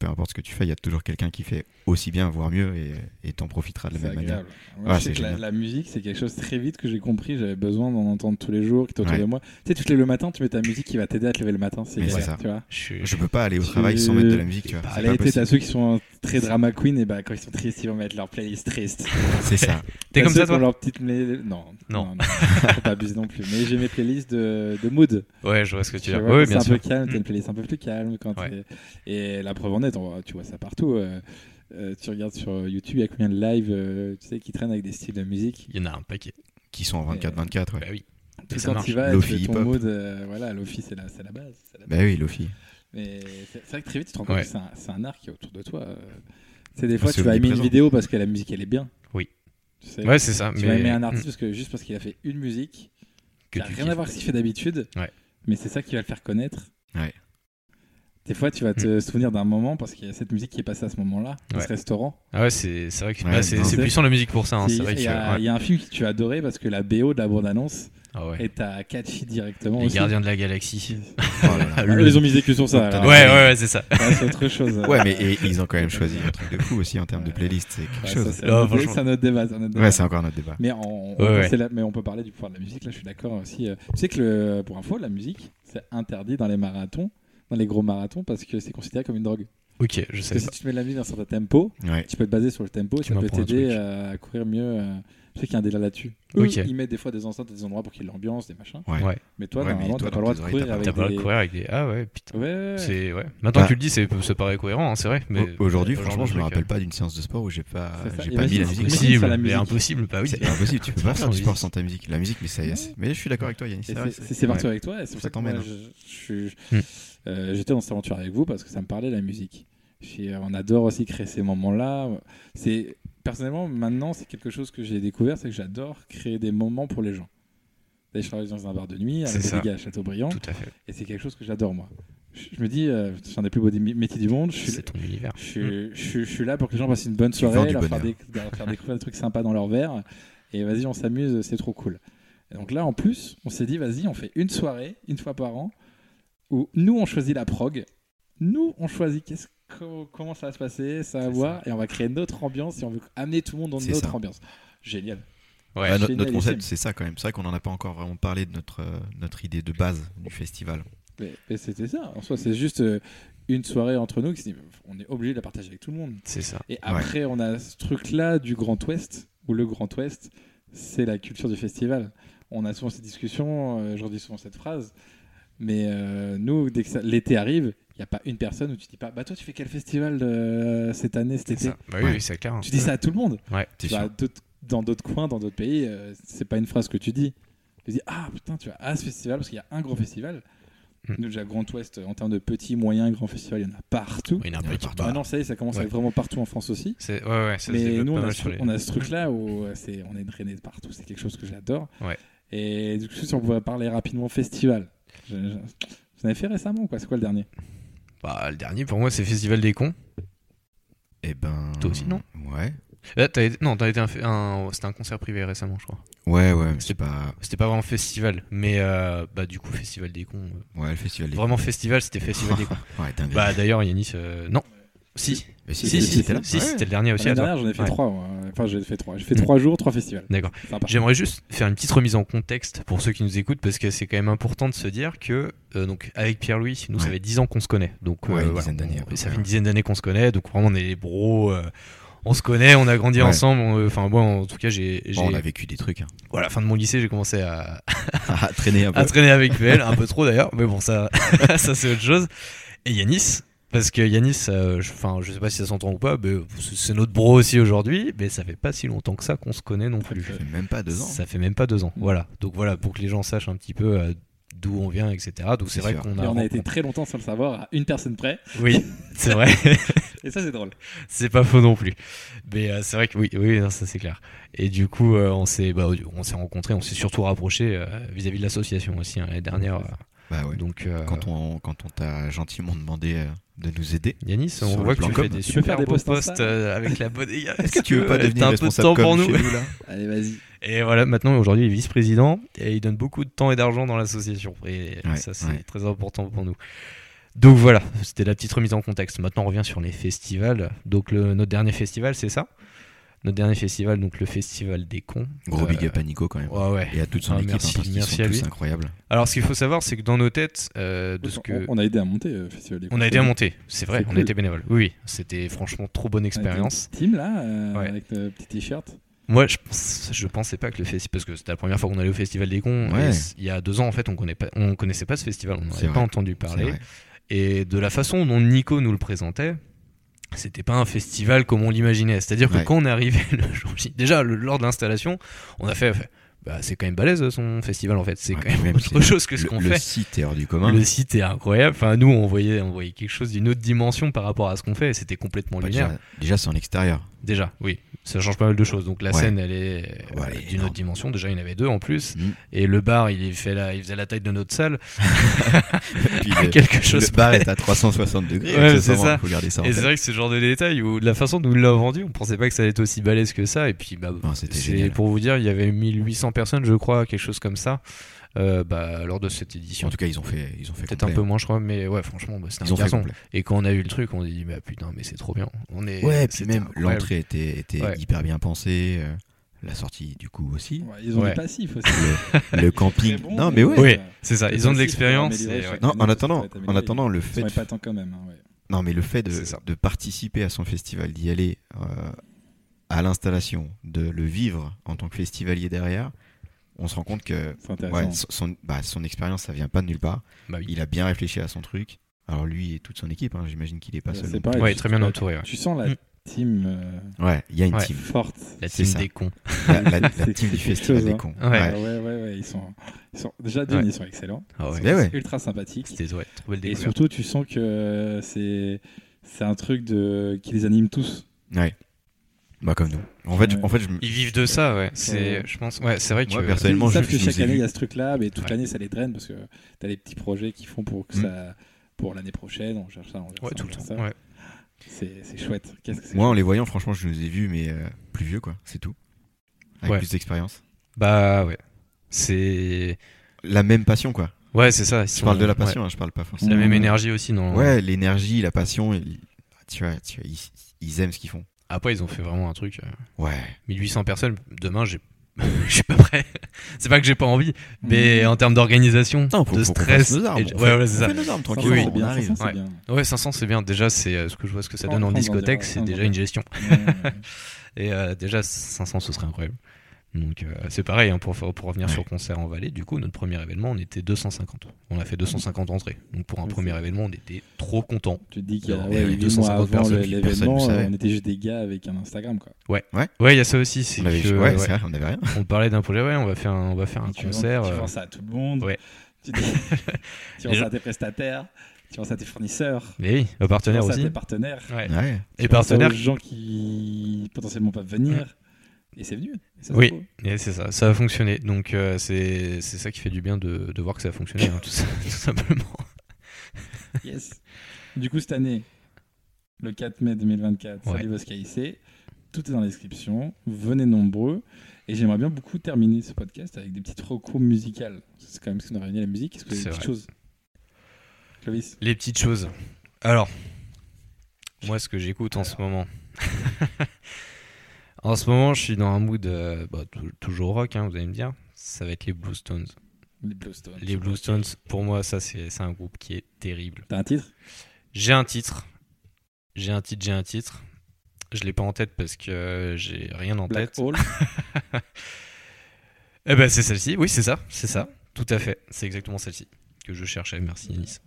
Speaker 4: peu importe ce que tu fais, il y a toujours quelqu'un qui fait aussi bien, voire mieux, et et t'en profiteras de la
Speaker 3: C'est
Speaker 4: même manière.
Speaker 3: agréable. Moi,
Speaker 4: Ouais,
Speaker 3: je sais
Speaker 4: c'est
Speaker 3: que la,
Speaker 4: génial.
Speaker 3: la musique, c'est quelque chose très vite que j'ai compris. J'avais besoin d'en entendre tous les jours, qui était autour
Speaker 4: Ouais.
Speaker 3: de moi. Tu sais, tu te lèves le matin, tu mets ta musique qui va t'aider à te lever le matin. C'est
Speaker 4: Mais c'est
Speaker 3: galère,
Speaker 4: ça.
Speaker 3: tu vois.
Speaker 2: Je suis-
Speaker 4: Je peux pas aller au
Speaker 3: Tu-
Speaker 4: travail sans mettre de la musique, tu vois.
Speaker 2: Bah,
Speaker 4: c'est
Speaker 3: À
Speaker 4: pas
Speaker 3: la limite,
Speaker 4: possible.
Speaker 3: t'as ceux qui sont très drama queen, et bah quand ils sont tristes, ils vont mettre leur playlist triste.
Speaker 4: C'est ça.
Speaker 2: T'es
Speaker 3: T'as
Speaker 2: comme
Speaker 3: ceux
Speaker 2: ça,
Speaker 3: qui ont
Speaker 2: toi
Speaker 3: leur petite mélé- Non,
Speaker 2: Non.
Speaker 3: faut pas abuser non plus. Mais j'ai mes playlists de, de mood.
Speaker 2: Ouais, je vois ce que tu
Speaker 3: Tu
Speaker 2: veux dire.
Speaker 3: vois,
Speaker 2: Ouais,
Speaker 3: quand
Speaker 2: bien
Speaker 3: c'est un
Speaker 2: sûr.
Speaker 3: peu calme, t'as
Speaker 2: Mm.
Speaker 3: une playlist un peu plus calme. Quand
Speaker 2: Ouais.
Speaker 3: t'es- Et la preuve en est, on voit- tu vois ça partout. euh, euh, tu regardes sur YouTube, il y a combien de lives euh, tu sais, qui traînent avec des styles de musique
Speaker 2: Il y en a un paquet.
Speaker 4: Qui sont en 24-24, ouais.
Speaker 2: Bah oui.
Speaker 3: Tout
Speaker 2: Et ça
Speaker 3: quand
Speaker 2: marche.
Speaker 3: tu vas, tu
Speaker 4: Lofi,
Speaker 3: fais ton
Speaker 4: hip-hop.
Speaker 3: mood, euh, voilà, l'office, c'est la, c'est la base. c'est la base.
Speaker 4: Bah oui, Lofi.
Speaker 3: Mais c'est c'est vrai que très vite, tu te rends compte
Speaker 2: Ouais. Ah,
Speaker 3: que c'est un, c'est un art qui est autour de toi. euh. Tu sais, des fois,
Speaker 4: c'est
Speaker 3: tu vas aimer une
Speaker 4: omniprésent.
Speaker 3: vidéo parce que la musique, elle est bien.
Speaker 2: Oui.
Speaker 3: Tu sais,
Speaker 2: Ouais, c'est ça.
Speaker 3: tu
Speaker 2: mais... mm.
Speaker 3: vas aimer un artiste
Speaker 2: artiste
Speaker 3: parce que, juste parce qu'il a fait une musique,
Speaker 2: que
Speaker 3: qui a
Speaker 2: tu
Speaker 3: rien à
Speaker 2: kiffes.
Speaker 3: voir avec ce qu'il fait d'habitude,
Speaker 2: Ouais.
Speaker 3: mais c'est ça qui va le faire connaître.
Speaker 4: Ouais.
Speaker 3: Des fois, tu vas te souvenir d'un moment parce qu'il y a cette musique qui est passée à ce moment-là, dans
Speaker 2: Mm. Ouais.
Speaker 3: ce restaurant.
Speaker 2: Ah ouais, c'est c'est vrai que
Speaker 4: Ouais,
Speaker 2: bah, c'est
Speaker 4: non.
Speaker 2: c'est puissant la musique pour ça. hein,
Speaker 3: C'est-
Speaker 2: C'est vrai
Speaker 3: Il
Speaker 2: que.
Speaker 3: y, a-
Speaker 2: ouais.
Speaker 3: il y a un film que tu as adoré parce que la BO de la bande-annonce
Speaker 2: Ah ouais.
Speaker 3: est à catchy directement.
Speaker 2: Les
Speaker 3: aussi.
Speaker 2: gardiens de la galaxie.
Speaker 4: Oh là là.
Speaker 3: Ah, eux, ils ont misé que sur ça. alors.
Speaker 2: Ouais, ouais, ouais, c'est ça.
Speaker 3: Ouais, c'est autre chose.
Speaker 4: Ouais, mais et ils ont quand même choisi un truc de fou aussi en termes de playlist. C'est quelque
Speaker 3: Ouais, ça,
Speaker 4: chose.
Speaker 3: c'est
Speaker 2: Ouais,
Speaker 3: un autre-
Speaker 2: Oh, franchement.
Speaker 3: c'est un autre débat. c'est un autre débat.
Speaker 4: Ouais, c'est encore notre débat.
Speaker 3: Mais on, on-
Speaker 2: Ouais, ouais.
Speaker 3: c'est la- mais on peut parler du pouvoir de la musique, là je suis d'accord aussi. Euh, Tu sais que le, pour info, la musique, c'est interdit dans les marathons, dans les gros marathons, parce que c'est considéré comme une drogue.
Speaker 2: Ok, je
Speaker 3: Parce que
Speaker 2: sais
Speaker 3: si
Speaker 2: pas.
Speaker 3: tu mets de la musique dans un certain tempo,
Speaker 4: Ouais.
Speaker 3: tu peux te baser sur le tempo,
Speaker 2: Tu
Speaker 3: ça peut
Speaker 2: m'apprends un
Speaker 3: t'aider
Speaker 2: truc.
Speaker 3: euh, à courir mieux. euh, Je sais qu'il y a un délai là-dessus.
Speaker 2: Ok.
Speaker 3: Eux, ils mettent des fois des enceintes à des endroits pour qu'il y ait de l'ambiance, des machins.
Speaker 4: Ouais.
Speaker 2: Ouais.
Speaker 3: Mais toi,
Speaker 4: Ouais, mais
Speaker 3: normalement, t'as pas
Speaker 4: toi,
Speaker 3: le
Speaker 4: dans
Speaker 3: droit de
Speaker 4: tes oreilles,
Speaker 3: courir
Speaker 4: t'as
Speaker 3: avec
Speaker 2: T'as pas
Speaker 3: des...
Speaker 2: le courir avec des. Ah ouais, putain.
Speaker 3: Ouais, ouais, ouais.
Speaker 2: C'est ouais. Maintenant que
Speaker 4: Bah.
Speaker 2: tu le dis, c'est ça paraît cohérent, hein, c'est vrai. Mais euh,
Speaker 4: Au- Aujourd'hui,
Speaker 2: Genre
Speaker 4: franchement,
Speaker 2: de
Speaker 4: je me
Speaker 2: truc,
Speaker 4: rappelle pas d'une séance de sport où j'ai pas,
Speaker 3: C'est ça,
Speaker 4: j'ai pas mis
Speaker 3: imagine
Speaker 4: la
Speaker 2: C'est
Speaker 3: si tu
Speaker 4: musique.
Speaker 3: imagine
Speaker 2: impossible,
Speaker 3: sans la
Speaker 2: mais
Speaker 3: musique.
Speaker 2: impossible, bah oui.
Speaker 4: C'est impossible, tu peux
Speaker 2: Tu
Speaker 4: pas
Speaker 2: pars
Speaker 4: faire
Speaker 2: sans
Speaker 4: du sport
Speaker 2: musique.
Speaker 4: sans ta musique. La musique, mais ça,
Speaker 3: Ouais.
Speaker 4: mais je suis d'accord avec toi, Yannis.
Speaker 3: Et
Speaker 4: c'est vrai,
Speaker 3: C'est
Speaker 4: c'est-
Speaker 3: c'est- c'est parti avec toi, et c'est pour
Speaker 4: Ça
Speaker 3: ça que moi,
Speaker 4: t'emmène.
Speaker 3: je, je suis-
Speaker 2: Hmm.
Speaker 3: euh, j'étais dans cette aventure avec vous parce que ça me parlait la musique. Puis, euh, on adore aussi créer ces moments-là. C'est personnellement maintenant c'est quelque chose que j'ai découvert, c'est que j'adore créer des moments pour les gens. Et je travaille dans un bar de nuit à la
Speaker 2: C'est ça.
Speaker 3: Bodega à Châteaubriand,
Speaker 2: Tout à fait.
Speaker 3: et c'est quelque chose que j'adore moi. Je, je me dis, euh, c'est un des plus beaux dé- métiers du monde. Je suis,
Speaker 2: C'est ton univers.
Speaker 3: je, suis- je suis- je suis là pour que les gens passent une bonne soirée,
Speaker 4: vends du
Speaker 3: leur faire,
Speaker 4: bonheur.
Speaker 3: déc- leur faire découvrir des trucs sympas dans leur verre. Et vas-y, on s'amuse, c'est trop cool. Et donc là, en plus, on s'est dit, vas-y, on fait une soirée, une fois par an, où nous, on choisit la prog. Nous, on choisit qu'est-ce que- comment ça va se passer, ça va
Speaker 2: C'est
Speaker 3: voir, et on va créer notre ambiance et on veut amener tout le monde dans
Speaker 4: C'est
Speaker 3: notre
Speaker 4: ça.
Speaker 3: ambiance. Génial.
Speaker 2: Ouais.
Speaker 4: Ah, no-
Speaker 3: génialissime.
Speaker 4: notre concept, c'est ça quand même. C'est vrai qu'on en a pas encore vraiment parlé de notre, euh, notre idée de base du festival.
Speaker 3: Mais, mais c'était ça. En soi, c'est juste euh, une soirée entre nous qui se dit, on est obligé de la partager avec tout le monde.
Speaker 2: C'est ça.
Speaker 3: Et après, on a ce truc-là du Grand Ouest, où le Grand Ouest, c'est la culture du festival. On a souvent cette discussion, euh, j'en dis souvent cette phrase, mais euh, nous, dès que ça- l'été arrive, il n'y a pas une personne où tu dis pas, bah toi, tu fais quel festival euh, cette année, cet
Speaker 2: C'est
Speaker 3: été
Speaker 2: ça. Bah oui,
Speaker 4: Ouais.
Speaker 2: oui, c'est clair. hein.
Speaker 3: Tu dis ça Bah, à tout le monde. Tu
Speaker 4: T'es
Speaker 3: vas
Speaker 4: sûr
Speaker 3: d'autres- dans d'autres coins, dans d'autres pays, euh, c'est pas une phrase que tu dis. Tu dis, ah putain, tu vas à ce festival, parce qu'il y a un gros festival.
Speaker 4: Hmm.
Speaker 2: Mm.
Speaker 3: Nous, Déjà, Grand Ouest, en termes de petits, moyens, grands festivals, il y en a partout.
Speaker 2: Il y en a un
Speaker 4: Il y en a
Speaker 2: paquet.
Speaker 4: partout.
Speaker 2: Bah,
Speaker 3: Ah non, ça y est, ça commence à
Speaker 2: Ouais.
Speaker 3: être vraiment partout en France aussi.
Speaker 2: C'est ouais, ouais, ça se
Speaker 3: Mais
Speaker 2: développe
Speaker 3: nous,
Speaker 2: pas
Speaker 3: on a,
Speaker 2: mal
Speaker 3: ce,
Speaker 2: sur
Speaker 3: truc-
Speaker 2: les.
Speaker 3: on a ce truc-là où euh, c'est, on est drainé de partout. C'est quelque chose que j'adore.
Speaker 2: Ouais.
Speaker 3: Et du coup, si on pouvait parler rapidement festival. Je- je- vous en avez fait récemment, quoi C'est quoi le dernier
Speaker 2: Bah, le dernier pour moi, c'est Festival des cons.
Speaker 4: Eh ben.
Speaker 2: Toi aussi, non
Speaker 4: Ouais.
Speaker 2: Là, t'as été... non, t'as été un, fe- un- c'était un concert privé récemment, je crois.
Speaker 4: Ouais, ouais. mais
Speaker 2: C'est-
Speaker 4: C'est pas.
Speaker 2: C'était pas vraiment festival, mais euh, bah du coup Festival des cons. euh,
Speaker 4: Ouais, le festival des.
Speaker 2: Vraiment festival, c'était Festival des cons.
Speaker 4: Ouais, dingue.
Speaker 2: Bah d'ailleurs Yanis, euh, non, si,
Speaker 4: Mais
Speaker 2: si,
Speaker 4: si,
Speaker 2: si,
Speaker 4: si,
Speaker 2: si,
Speaker 4: t'étais là.
Speaker 2: si,
Speaker 4: Ouais.
Speaker 2: c'était le dernier aussi.
Speaker 3: L'année
Speaker 2: à toi.
Speaker 3: dernière, j'en ai fait
Speaker 2: Ouais.
Speaker 3: trois. moi. Enfin, j'ai fait trois. J'ai fait
Speaker 2: Mm.
Speaker 3: trois jours, trois festivals.
Speaker 2: D'accord.
Speaker 3: Sympa.
Speaker 2: J'aimerais juste faire une petite remise en contexte pour ceux qui nous écoutent parce que c'est quand même important de se dire que euh, donc avec Pierre Louis, nous ça
Speaker 4: Ouais.
Speaker 2: fait 10 ans qu'on se connaît. Donc euh,
Speaker 4: Ouais, une
Speaker 2: voilà,
Speaker 4: dizaine d'années,
Speaker 2: on-
Speaker 4: à peu
Speaker 2: ça
Speaker 4: près,
Speaker 2: fait une
Speaker 4: ouais.
Speaker 2: dizaine d'années qu'on se connaît. Donc vraiment on est les bros. euh, on se connaît, on a grandi
Speaker 4: Ouais.
Speaker 2: ensemble. on- euh, Enfin moi en tout cas j'ai, j'ai-
Speaker 4: Bon, on a vécu des trucs. hein. Ah,
Speaker 2: voilà fin de mon lycée j'ai commencé à,
Speaker 4: À traîner un peu.
Speaker 2: à Ah, traîner avec PL, un peu trop d'ailleurs, mais bon, ça, ça c'est autre chose. Et Yanis, parce que Yanis, euh, je, enfin, je sais pas si ça s'entend ou pas, mais c'est- c'est notre bro aussi aujourd'hui, mais ça fait pas si longtemps que ça qu'on se connaît non plus.
Speaker 4: Ça fait euh, Même pas deux ans.
Speaker 2: Ça fait même pas deux ans, voilà. Donc voilà, pour que les gens sachent un petit peu euh, d'où on vient, etc. Donc c'est
Speaker 4: C'est
Speaker 2: vrai
Speaker 4: sûr.
Speaker 2: qu'on
Speaker 3: Mais
Speaker 2: a.
Speaker 3: on a été
Speaker 2: rencontré-
Speaker 3: très longtemps sans le savoir, à une personne près.
Speaker 2: Oui, c'est vrai.
Speaker 3: Et ça, c'est drôle.
Speaker 2: c'est pas faux non plus. Mais euh, c'est vrai que oui, oui, non, ça c'est clair. Et du coup, euh, on s'est, bah, on s'est rencontrés, on s'est surtout rapprochés euh, vis-à-vis de l'association aussi hein, l'année dernière. euh,
Speaker 4: Bah ouais.
Speaker 2: Donc, euh,
Speaker 4: Quand on, quand on t'a gentiment demandé euh, de nous aider.
Speaker 2: Yanis, on
Speaker 4: Sur le
Speaker 2: voit que
Speaker 4: plan
Speaker 2: tu
Speaker 4: com,
Speaker 2: fais des
Speaker 3: tu peux
Speaker 2: super
Speaker 3: faire des
Speaker 2: beaux
Speaker 3: posts
Speaker 2: posts
Speaker 3: Insta.
Speaker 2: euh, avec la bonne IA.
Speaker 4: Est-ce que tu veux pas
Speaker 2: euh, t'as
Speaker 4: devenir
Speaker 2: un peu de
Speaker 4: responsable
Speaker 2: temps pour
Speaker 4: comme
Speaker 2: nous
Speaker 4: chez nous là
Speaker 3: Allez, vas-y.
Speaker 2: Et voilà, maintenant aujourd'hui, il est vice-président et il donne beaucoup de temps et d'argent dans l'association. Et
Speaker 4: Ouais,
Speaker 2: ça, c'est
Speaker 4: ouais.
Speaker 2: très important pour nous. Donc voilà, c'était la petite remise en contexte. Maintenant, on revient sur les festivals. Donc le- notre dernier festival, c'est ça Notre dernier festival, donc le festival des cons.
Speaker 4: Gros
Speaker 2: Euh,
Speaker 4: big up à Nico quand même.
Speaker 2: Ouais, ouais.
Speaker 4: Et à toute son
Speaker 2: Ah,
Speaker 4: équipe,
Speaker 2: merci,
Speaker 4: hein, parce qu'ils
Speaker 2: merci
Speaker 4: sont
Speaker 2: à
Speaker 4: tous
Speaker 2: lui.
Speaker 4: incroyables.
Speaker 2: Alors ce qu'il faut savoir, c'est que dans nos têtes, euh, de ce
Speaker 3: On-
Speaker 2: que...
Speaker 3: on, a aidé à monter euh, Festival des
Speaker 2: On a aidé à monter, c'est vrai,
Speaker 3: C'est
Speaker 2: on
Speaker 3: cool.
Speaker 2: était bénévole. Oui, oui, c'était franchement trop bonne expérience.
Speaker 3: Team là, euh,
Speaker 2: Ouais.
Speaker 3: avec le petit t-shirt.
Speaker 2: Moi, je, pense- je pensais pas que le festival, parce que c'était la première fois qu'on allait au Festival des Cons.
Speaker 4: Ouais.
Speaker 2: et c- il y a deux ans, en fait, on connaît pas, on connaissait pas ce festival, on
Speaker 4: C'est
Speaker 2: n'avait
Speaker 4: vrai.
Speaker 2: pas entendu
Speaker 4: C'est
Speaker 2: parler.
Speaker 4: vrai.
Speaker 2: Et de la façon dont Nico nous le présentait, c'était pas un festival comme on l'imaginait. C'est-à-dire
Speaker 4: Ouais.
Speaker 2: que quand on est arrivé le jour J, déjà le- lors de l'installation, on a fait, bah, c'est quand même balèze son festival en fait, c'est
Speaker 4: Ouais,
Speaker 2: quand même,
Speaker 4: même
Speaker 2: autre
Speaker 4: c'est-
Speaker 2: chose que ce
Speaker 4: Le,
Speaker 2: qu'on
Speaker 4: le
Speaker 2: fait.
Speaker 4: site est hors du commun.
Speaker 2: Le site est incroyable. Enfin, nous, on voyait, on voyait quelque chose d'une autre dimension par rapport à ce qu'on fait. et C'était complètement
Speaker 4: Bah,
Speaker 2: lunaire.
Speaker 4: déjà, déjà, c'est en extérieur.
Speaker 2: Déjà, oui. Ça change pas mal de choses. Donc la
Speaker 4: Ouais.
Speaker 2: scène, elle est euh,
Speaker 4: Ouais, elle est
Speaker 2: d'une
Speaker 4: énorme.
Speaker 2: autre dimension. Déjà, il y en avait deux en plus.
Speaker 4: Mm.
Speaker 2: Et le bar, il, est fait la, il faisait la taille de notre salle.
Speaker 4: Puis le,
Speaker 2: Quelque chose
Speaker 4: le bar
Speaker 2: près.
Speaker 4: est à 360 degrés.
Speaker 2: Ouais,
Speaker 4: accessoirement,
Speaker 2: c'est ça.
Speaker 4: Faut garder ça en
Speaker 2: Et c'est
Speaker 4: tête.
Speaker 2: vrai que ce genre de détail, ou de la façon dont il l'a vendu, on pensait pas que ça allait être aussi balèze que ça. Et puis, bah,
Speaker 4: Non, c'était
Speaker 2: c'est
Speaker 4: génial.
Speaker 2: pour vous dire, il y avait 1800 personnes, je crois, quelque chose comme ça, euh, bah, lors de cette édition.
Speaker 4: En tout cas, ils ont fait, ils ont fait
Speaker 2: Peut-être un
Speaker 4: complet,
Speaker 2: peu
Speaker 4: hein.
Speaker 2: moins, je crois, mais ouais, franchement, bah, c'était
Speaker 4: Ils
Speaker 2: un
Speaker 4: ont fait
Speaker 2: carton.
Speaker 4: complet.
Speaker 2: Et quand on a eu le truc, on s'est dit, bah putain, mais c'est trop bien. On est,
Speaker 4: Ouais, puis
Speaker 2: c'était
Speaker 4: même
Speaker 2: incroyable.
Speaker 4: l'entrée était, était
Speaker 2: Ouais.
Speaker 4: hyper bien pensée. euh, la sortie, du coup, aussi.
Speaker 3: Ouais, ils ont
Speaker 2: Ouais.
Speaker 3: du passif aussi.
Speaker 4: Le, le camping.
Speaker 3: Très bon,
Speaker 4: non, mais ouais.
Speaker 2: Oui,
Speaker 3: euh,
Speaker 2: c'est ça.
Speaker 3: le
Speaker 2: Ils ont de
Speaker 3: principe,
Speaker 2: l'expérience.
Speaker 3: améliorer
Speaker 2: et
Speaker 3: chaque
Speaker 2: ouais.
Speaker 4: Non,
Speaker 3: année,
Speaker 4: en
Speaker 3: ça
Speaker 4: attendant,
Speaker 3: peut être
Speaker 4: en
Speaker 3: amélioré.
Speaker 4: attendant, le
Speaker 3: Ils sont
Speaker 4: fait,
Speaker 3: épatants quand même. hein, ouais.
Speaker 4: non, mais le fait de,
Speaker 2: C'est ça.
Speaker 4: de participer à son festival, d'y aller euh, à l'installation, de le vivre en tant que festivalier derrière, on se rend compte que
Speaker 3: C'est intéressant.
Speaker 4: ouais, son, son- bah, son expérience, ça vient pas de nulle part.
Speaker 2: Bah oui.
Speaker 4: Il a bien réfléchi à son truc. Alors lui et toute son équipe, hein, j'imagine qu'il est pas
Speaker 3: Ouais,
Speaker 4: seul.
Speaker 3: c'est
Speaker 4: non plus.
Speaker 3: pareil.
Speaker 2: Ouais, très bien entouré. ouais.
Speaker 3: Tu sens la
Speaker 2: Mm.
Speaker 3: team euh,
Speaker 4: Ouais, il y a une
Speaker 2: Ouais.
Speaker 4: team.
Speaker 3: forte.
Speaker 2: La
Speaker 4: C'est
Speaker 2: team
Speaker 4: ça.
Speaker 2: des cons.
Speaker 4: La, la- la
Speaker 3: C'est- c'est
Speaker 4: team du
Speaker 3: quelque
Speaker 4: festival
Speaker 3: chose,
Speaker 4: des
Speaker 3: hein.
Speaker 4: cons.
Speaker 2: Ouais.
Speaker 3: Ah ouais, ouais, ouais, ils sont, ils sont déjà d'une,
Speaker 2: Ouais.
Speaker 3: ils sont excellents.
Speaker 2: Ah ouais.
Speaker 4: Mais ouais.
Speaker 3: C'est ultra sympathiques.
Speaker 2: C'était ouais, trop belle
Speaker 3: Et
Speaker 2: découverte.
Speaker 3: surtout, tu sens que euh, c'est c'est un truc de qui les anime tous.
Speaker 4: Ouais. Bah comme nous. En fait, je- en fait, je me-
Speaker 2: Ils vivent de ça, ouais. C'est,
Speaker 3: Ouais.
Speaker 2: je pense, ouais, c'est vrai que.
Speaker 4: Moi,
Speaker 2: euh,
Speaker 4: personne- Personnellement,
Speaker 3: Ils savent
Speaker 4: je-
Speaker 3: que
Speaker 4: je
Speaker 3: chaque
Speaker 4: les ai
Speaker 3: année il
Speaker 4: vus.
Speaker 3: y a ce truc-là, mais toute
Speaker 2: Ouais.
Speaker 3: l'année ça les draine parce que t'as les petits projets qu'ils font pour que
Speaker 4: Mm.
Speaker 3: ça pour l'année prochaine, on cherche ça, on cherche
Speaker 2: Ouais,
Speaker 3: ça,
Speaker 2: tout
Speaker 3: on
Speaker 2: le
Speaker 3: cherche
Speaker 2: temps.
Speaker 3: ça.
Speaker 2: ouais.
Speaker 3: C'est c'est chouette. Qu'est-ce que c'est
Speaker 4: moi, en les voyant, franchement, je les ai vus, mais euh, plus vieux, quoi. C'est tout. Avec
Speaker 2: Ouais.
Speaker 4: plus d'expérience.
Speaker 2: Bah ouais. C'est.
Speaker 4: La même passion, quoi.
Speaker 2: Ouais, c'est ça. ils
Speaker 4: Je
Speaker 2: sont-
Speaker 4: parle de la
Speaker 2: ouais.
Speaker 4: passion, hein, je parle pas
Speaker 2: C'est
Speaker 4: forcément.
Speaker 2: la même
Speaker 3: Mmh.
Speaker 2: énergie aussi dans.
Speaker 4: Ouais, l'énergie, la passion, et- tu vois, tu vois, ils, ils aiment ce qu'ils font.
Speaker 2: Après, ils ont fait vraiment un truc. euh,
Speaker 4: Ouais.
Speaker 2: 1800 personnes. Demain, j'ai. Je suis pas prêt. c'est pas que j'ai pas envie,
Speaker 3: Mm.
Speaker 2: mais euh, en termes d'organisation,
Speaker 4: Non, Mmh. faut-
Speaker 2: de
Speaker 4: faut qu'on
Speaker 2: stress,
Speaker 4: fasse nos armes,
Speaker 2: et- ouais,
Speaker 4: on fait-
Speaker 2: voilà, c'est ça.
Speaker 4: Fais nos armes,
Speaker 3: Franchement,
Speaker 4: tranquille,
Speaker 2: Oui,
Speaker 3: c'est
Speaker 4: on
Speaker 3: bien,
Speaker 4: arrive.
Speaker 3: franchement, c'est
Speaker 2: Ouais.
Speaker 3: bien.
Speaker 2: Ouais, 500 c'est bien. Déjà, c'est euh, ce que je vois, ce que ça
Speaker 3: Sans-
Speaker 2: donne en
Speaker 3: sans en
Speaker 2: discothèque,
Speaker 3: dire,
Speaker 2: c'est
Speaker 3: sans en
Speaker 2: déjà
Speaker 3: dire.
Speaker 2: une gestion.
Speaker 3: Ouais.
Speaker 2: Et euh, déjà, 500, ce serait incroyable. Donc, euh, c'est pareil, hein, pour, faire- pour revenir
Speaker 4: Ouais.
Speaker 2: sur Concert en Vallée, du coup, notre premier événement, on était 250. On a fait 250 entrées. Donc, pour un
Speaker 3: Ouais,
Speaker 2: premier événement, on était trop contents.
Speaker 3: Tu te dis qu'il y a
Speaker 2: Non,
Speaker 3: ouais,
Speaker 2: il y avait
Speaker 3: huit
Speaker 2: 250
Speaker 3: mois avant
Speaker 2: personnes
Speaker 3: le-
Speaker 4: qui- personne ne
Speaker 3: l'événement,
Speaker 4: savait.
Speaker 3: euh, on était juste des gars avec un Instagram quoi.
Speaker 2: Ouais, il y a ça aussi. C'est
Speaker 4: On avait,
Speaker 2: que,
Speaker 4: ouais,
Speaker 2: ouais,
Speaker 4: c'est vrai, on avait rien.
Speaker 2: on parlait d'un projet, ouais, on va faire un, on va faire un
Speaker 3: Et tu
Speaker 2: concert.
Speaker 3: vends, tu
Speaker 2: euh,
Speaker 3: vends ça à tout le monde.
Speaker 2: ouais.
Speaker 3: Tu, dis- tu vends ça
Speaker 2: Les
Speaker 3: à
Speaker 2: gens-
Speaker 3: tes prestataires, tu vends ça à tes fournisseurs,
Speaker 2: Mais oui, un
Speaker 3: tu vends
Speaker 2: partenaire
Speaker 3: ça à
Speaker 2: aussi.
Speaker 3: tes partenaires,
Speaker 2: Ouais.
Speaker 4: Ouais.
Speaker 2: Et
Speaker 3: tu vends ça aux
Speaker 2: partenaire.
Speaker 3: gens qui potentiellement peuvent venir. Et c'est venu. Et ça, c'est
Speaker 2: Oui.
Speaker 3: beau.
Speaker 2: Et c'est ça, ça a fonctionné. Donc, euh, c'est c'est ça qui fait du bien de, de voir que ça a fonctionné, hein, tout, ça- tout simplement.
Speaker 3: Yes. Du coup, cette année, le 4 mai 2024,
Speaker 2: Ouais.
Speaker 3: salut Bosca IC. Tout est dans la description. Venez nombreux. Et j'aimerais bien beaucoup terminer ce podcast avec des petites recos musicales. C'est quand même ce qu'on a réuni la musique. Est-ce que vous avez
Speaker 2: C'est
Speaker 3: des petites
Speaker 2: vrai.
Speaker 3: choses Clovis
Speaker 2: Les petites choses. Alors, moi, ce que j'écoute en ce moment. en ce moment, je suis dans un mood euh, bah, tou- toujours rock, hein, vous allez me dire. Ça va être les Blue Stones.
Speaker 3: Les Bluestones.
Speaker 2: Les Blue Stones, pour moi, ça, c'est c'est un groupe qui est terrible.
Speaker 3: T'as un titre
Speaker 2: J'ai un titre. J'ai un titre, j'ai un titre. Je l'ai pas en tête parce que euh, j'ai rien en
Speaker 3: Black
Speaker 2: tête.
Speaker 3: Hole.
Speaker 2: Eh ben, c'est celle-ci. Oui, c'est ça. C'est ça. Tout à fait. C'est exactement celle-ci que je cherchais. Merci, Yanis.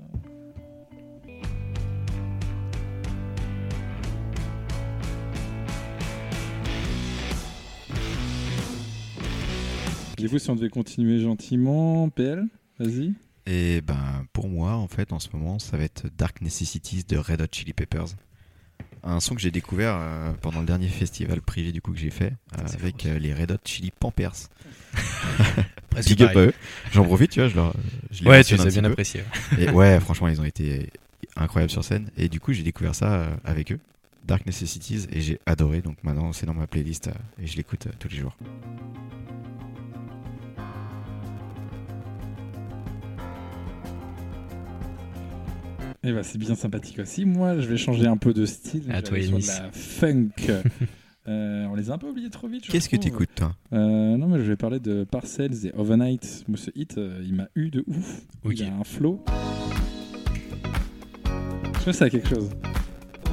Speaker 3: Du coup, si on devait continuer gentiment, PL, vas-y.
Speaker 4: Et ben, pour moi, en fait, en ce moment, ça va être Dark Necessities de Red Hot Chili Peppers. un son que j'ai découvert euh, pendant le dernier festival privé du coup que j'ai fait euh,
Speaker 2: c'est
Speaker 4: avec
Speaker 2: fou,
Speaker 4: euh, les Red Hot Chili Pampers.
Speaker 2: Presque
Speaker 4: Big up
Speaker 2: pareil.
Speaker 4: à eux. J'en profite, tu vois, je leur je les
Speaker 2: Ouais, tu
Speaker 4: mentionne
Speaker 2: les
Speaker 4: un
Speaker 2: as
Speaker 4: petit
Speaker 2: bien appréciés.
Speaker 4: peu. Et ouais, franchement, ils ont été incroyables sur scène. Et du coup, j'ai découvert ça euh, avec eux, Dark Necessities, et j'ai adoré. Donc maintenant, c'est dans ma playlist euh, et je l'écoute euh, tous les jours.
Speaker 3: Eh ben, c'est bien sympathique aussi. Moi, je vais changer un peu de style. Je
Speaker 2: À
Speaker 3: vais
Speaker 2: toi,
Speaker 3: aller sur
Speaker 2: Yanis.
Speaker 3: de la funk. Euh, on les a un peu oubliés trop vite. je
Speaker 4: Qu'est-ce que
Speaker 3: trouve.
Speaker 4: t'écoutes, toi
Speaker 3: Euh, Non, mais je vais parler de Parcells et Overnight. Moi, ce hit, euh, il m'a eu de ouf.
Speaker 2: Ok.
Speaker 3: Il a un flow. Je trouve ça a quelque chose.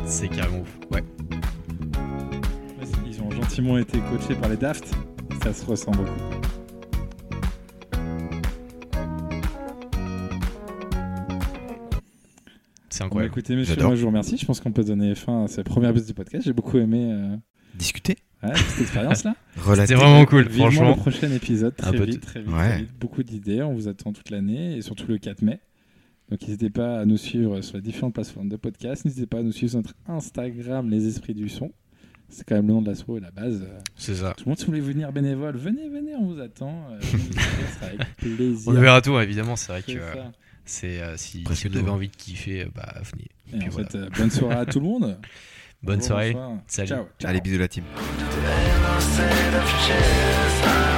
Speaker 2: C'est carrément ouf. Ouais.
Speaker 3: Ouais, c'est- Ils ont gentiment été coachés par les Daft. Ça se ressent beaucoup.
Speaker 2: C'est
Speaker 3: Bon,
Speaker 2: incroyable.
Speaker 3: écoutez, messieurs,
Speaker 4: J'adore.
Speaker 3: moi, je vous remercie. Je pense qu'on peut donner fin à cette première bus du podcast. J'ai beaucoup aimé euh,
Speaker 4: Discuter
Speaker 3: ouais, cette expérience-là.
Speaker 4: Relater
Speaker 2: C'était vraiment cool,
Speaker 3: Vivement
Speaker 2: franchement.
Speaker 3: le prochain épisode, très
Speaker 2: Un peu
Speaker 3: vite,
Speaker 2: de-
Speaker 3: très vite,
Speaker 4: Ouais.
Speaker 3: très vite. Beaucoup d'idées, on vous attend toute l'année et surtout le 4 mai. Donc n'hésitez pas à nous suivre sur les différentes plateformes de podcast. N'hésitez pas à nous suivre sur notre Instagram, Les Esprits du Son. C'est quand même le nom de l'assaut et la base. Euh,
Speaker 2: C'est ça.
Speaker 3: Tout le monde, si vous voulez venir bénévole, venez, venez, on vous attend. Euh, venez nous aider, ce sera avec plaisir.
Speaker 2: On le verra tout, hein, évidemment. C'est vrai
Speaker 3: C'est
Speaker 2: que euh,
Speaker 3: ça.
Speaker 2: c'est euh, si,
Speaker 4: Presque
Speaker 2: si vous
Speaker 4: tout,
Speaker 2: avez
Speaker 4: hein.
Speaker 2: envie de kiffer, euh, bah venez.
Speaker 3: Et en
Speaker 2: Puis
Speaker 3: fait,
Speaker 2: voilà.
Speaker 3: euh, bonne soirée à tout le monde.
Speaker 2: Bonne
Speaker 3: Bonjour,
Speaker 2: soirée.
Speaker 3: bonsoir.
Speaker 2: Salut.
Speaker 3: Ciao, ciao.
Speaker 4: Allez, bisous la team.
Speaker 1: Instead of chairs, I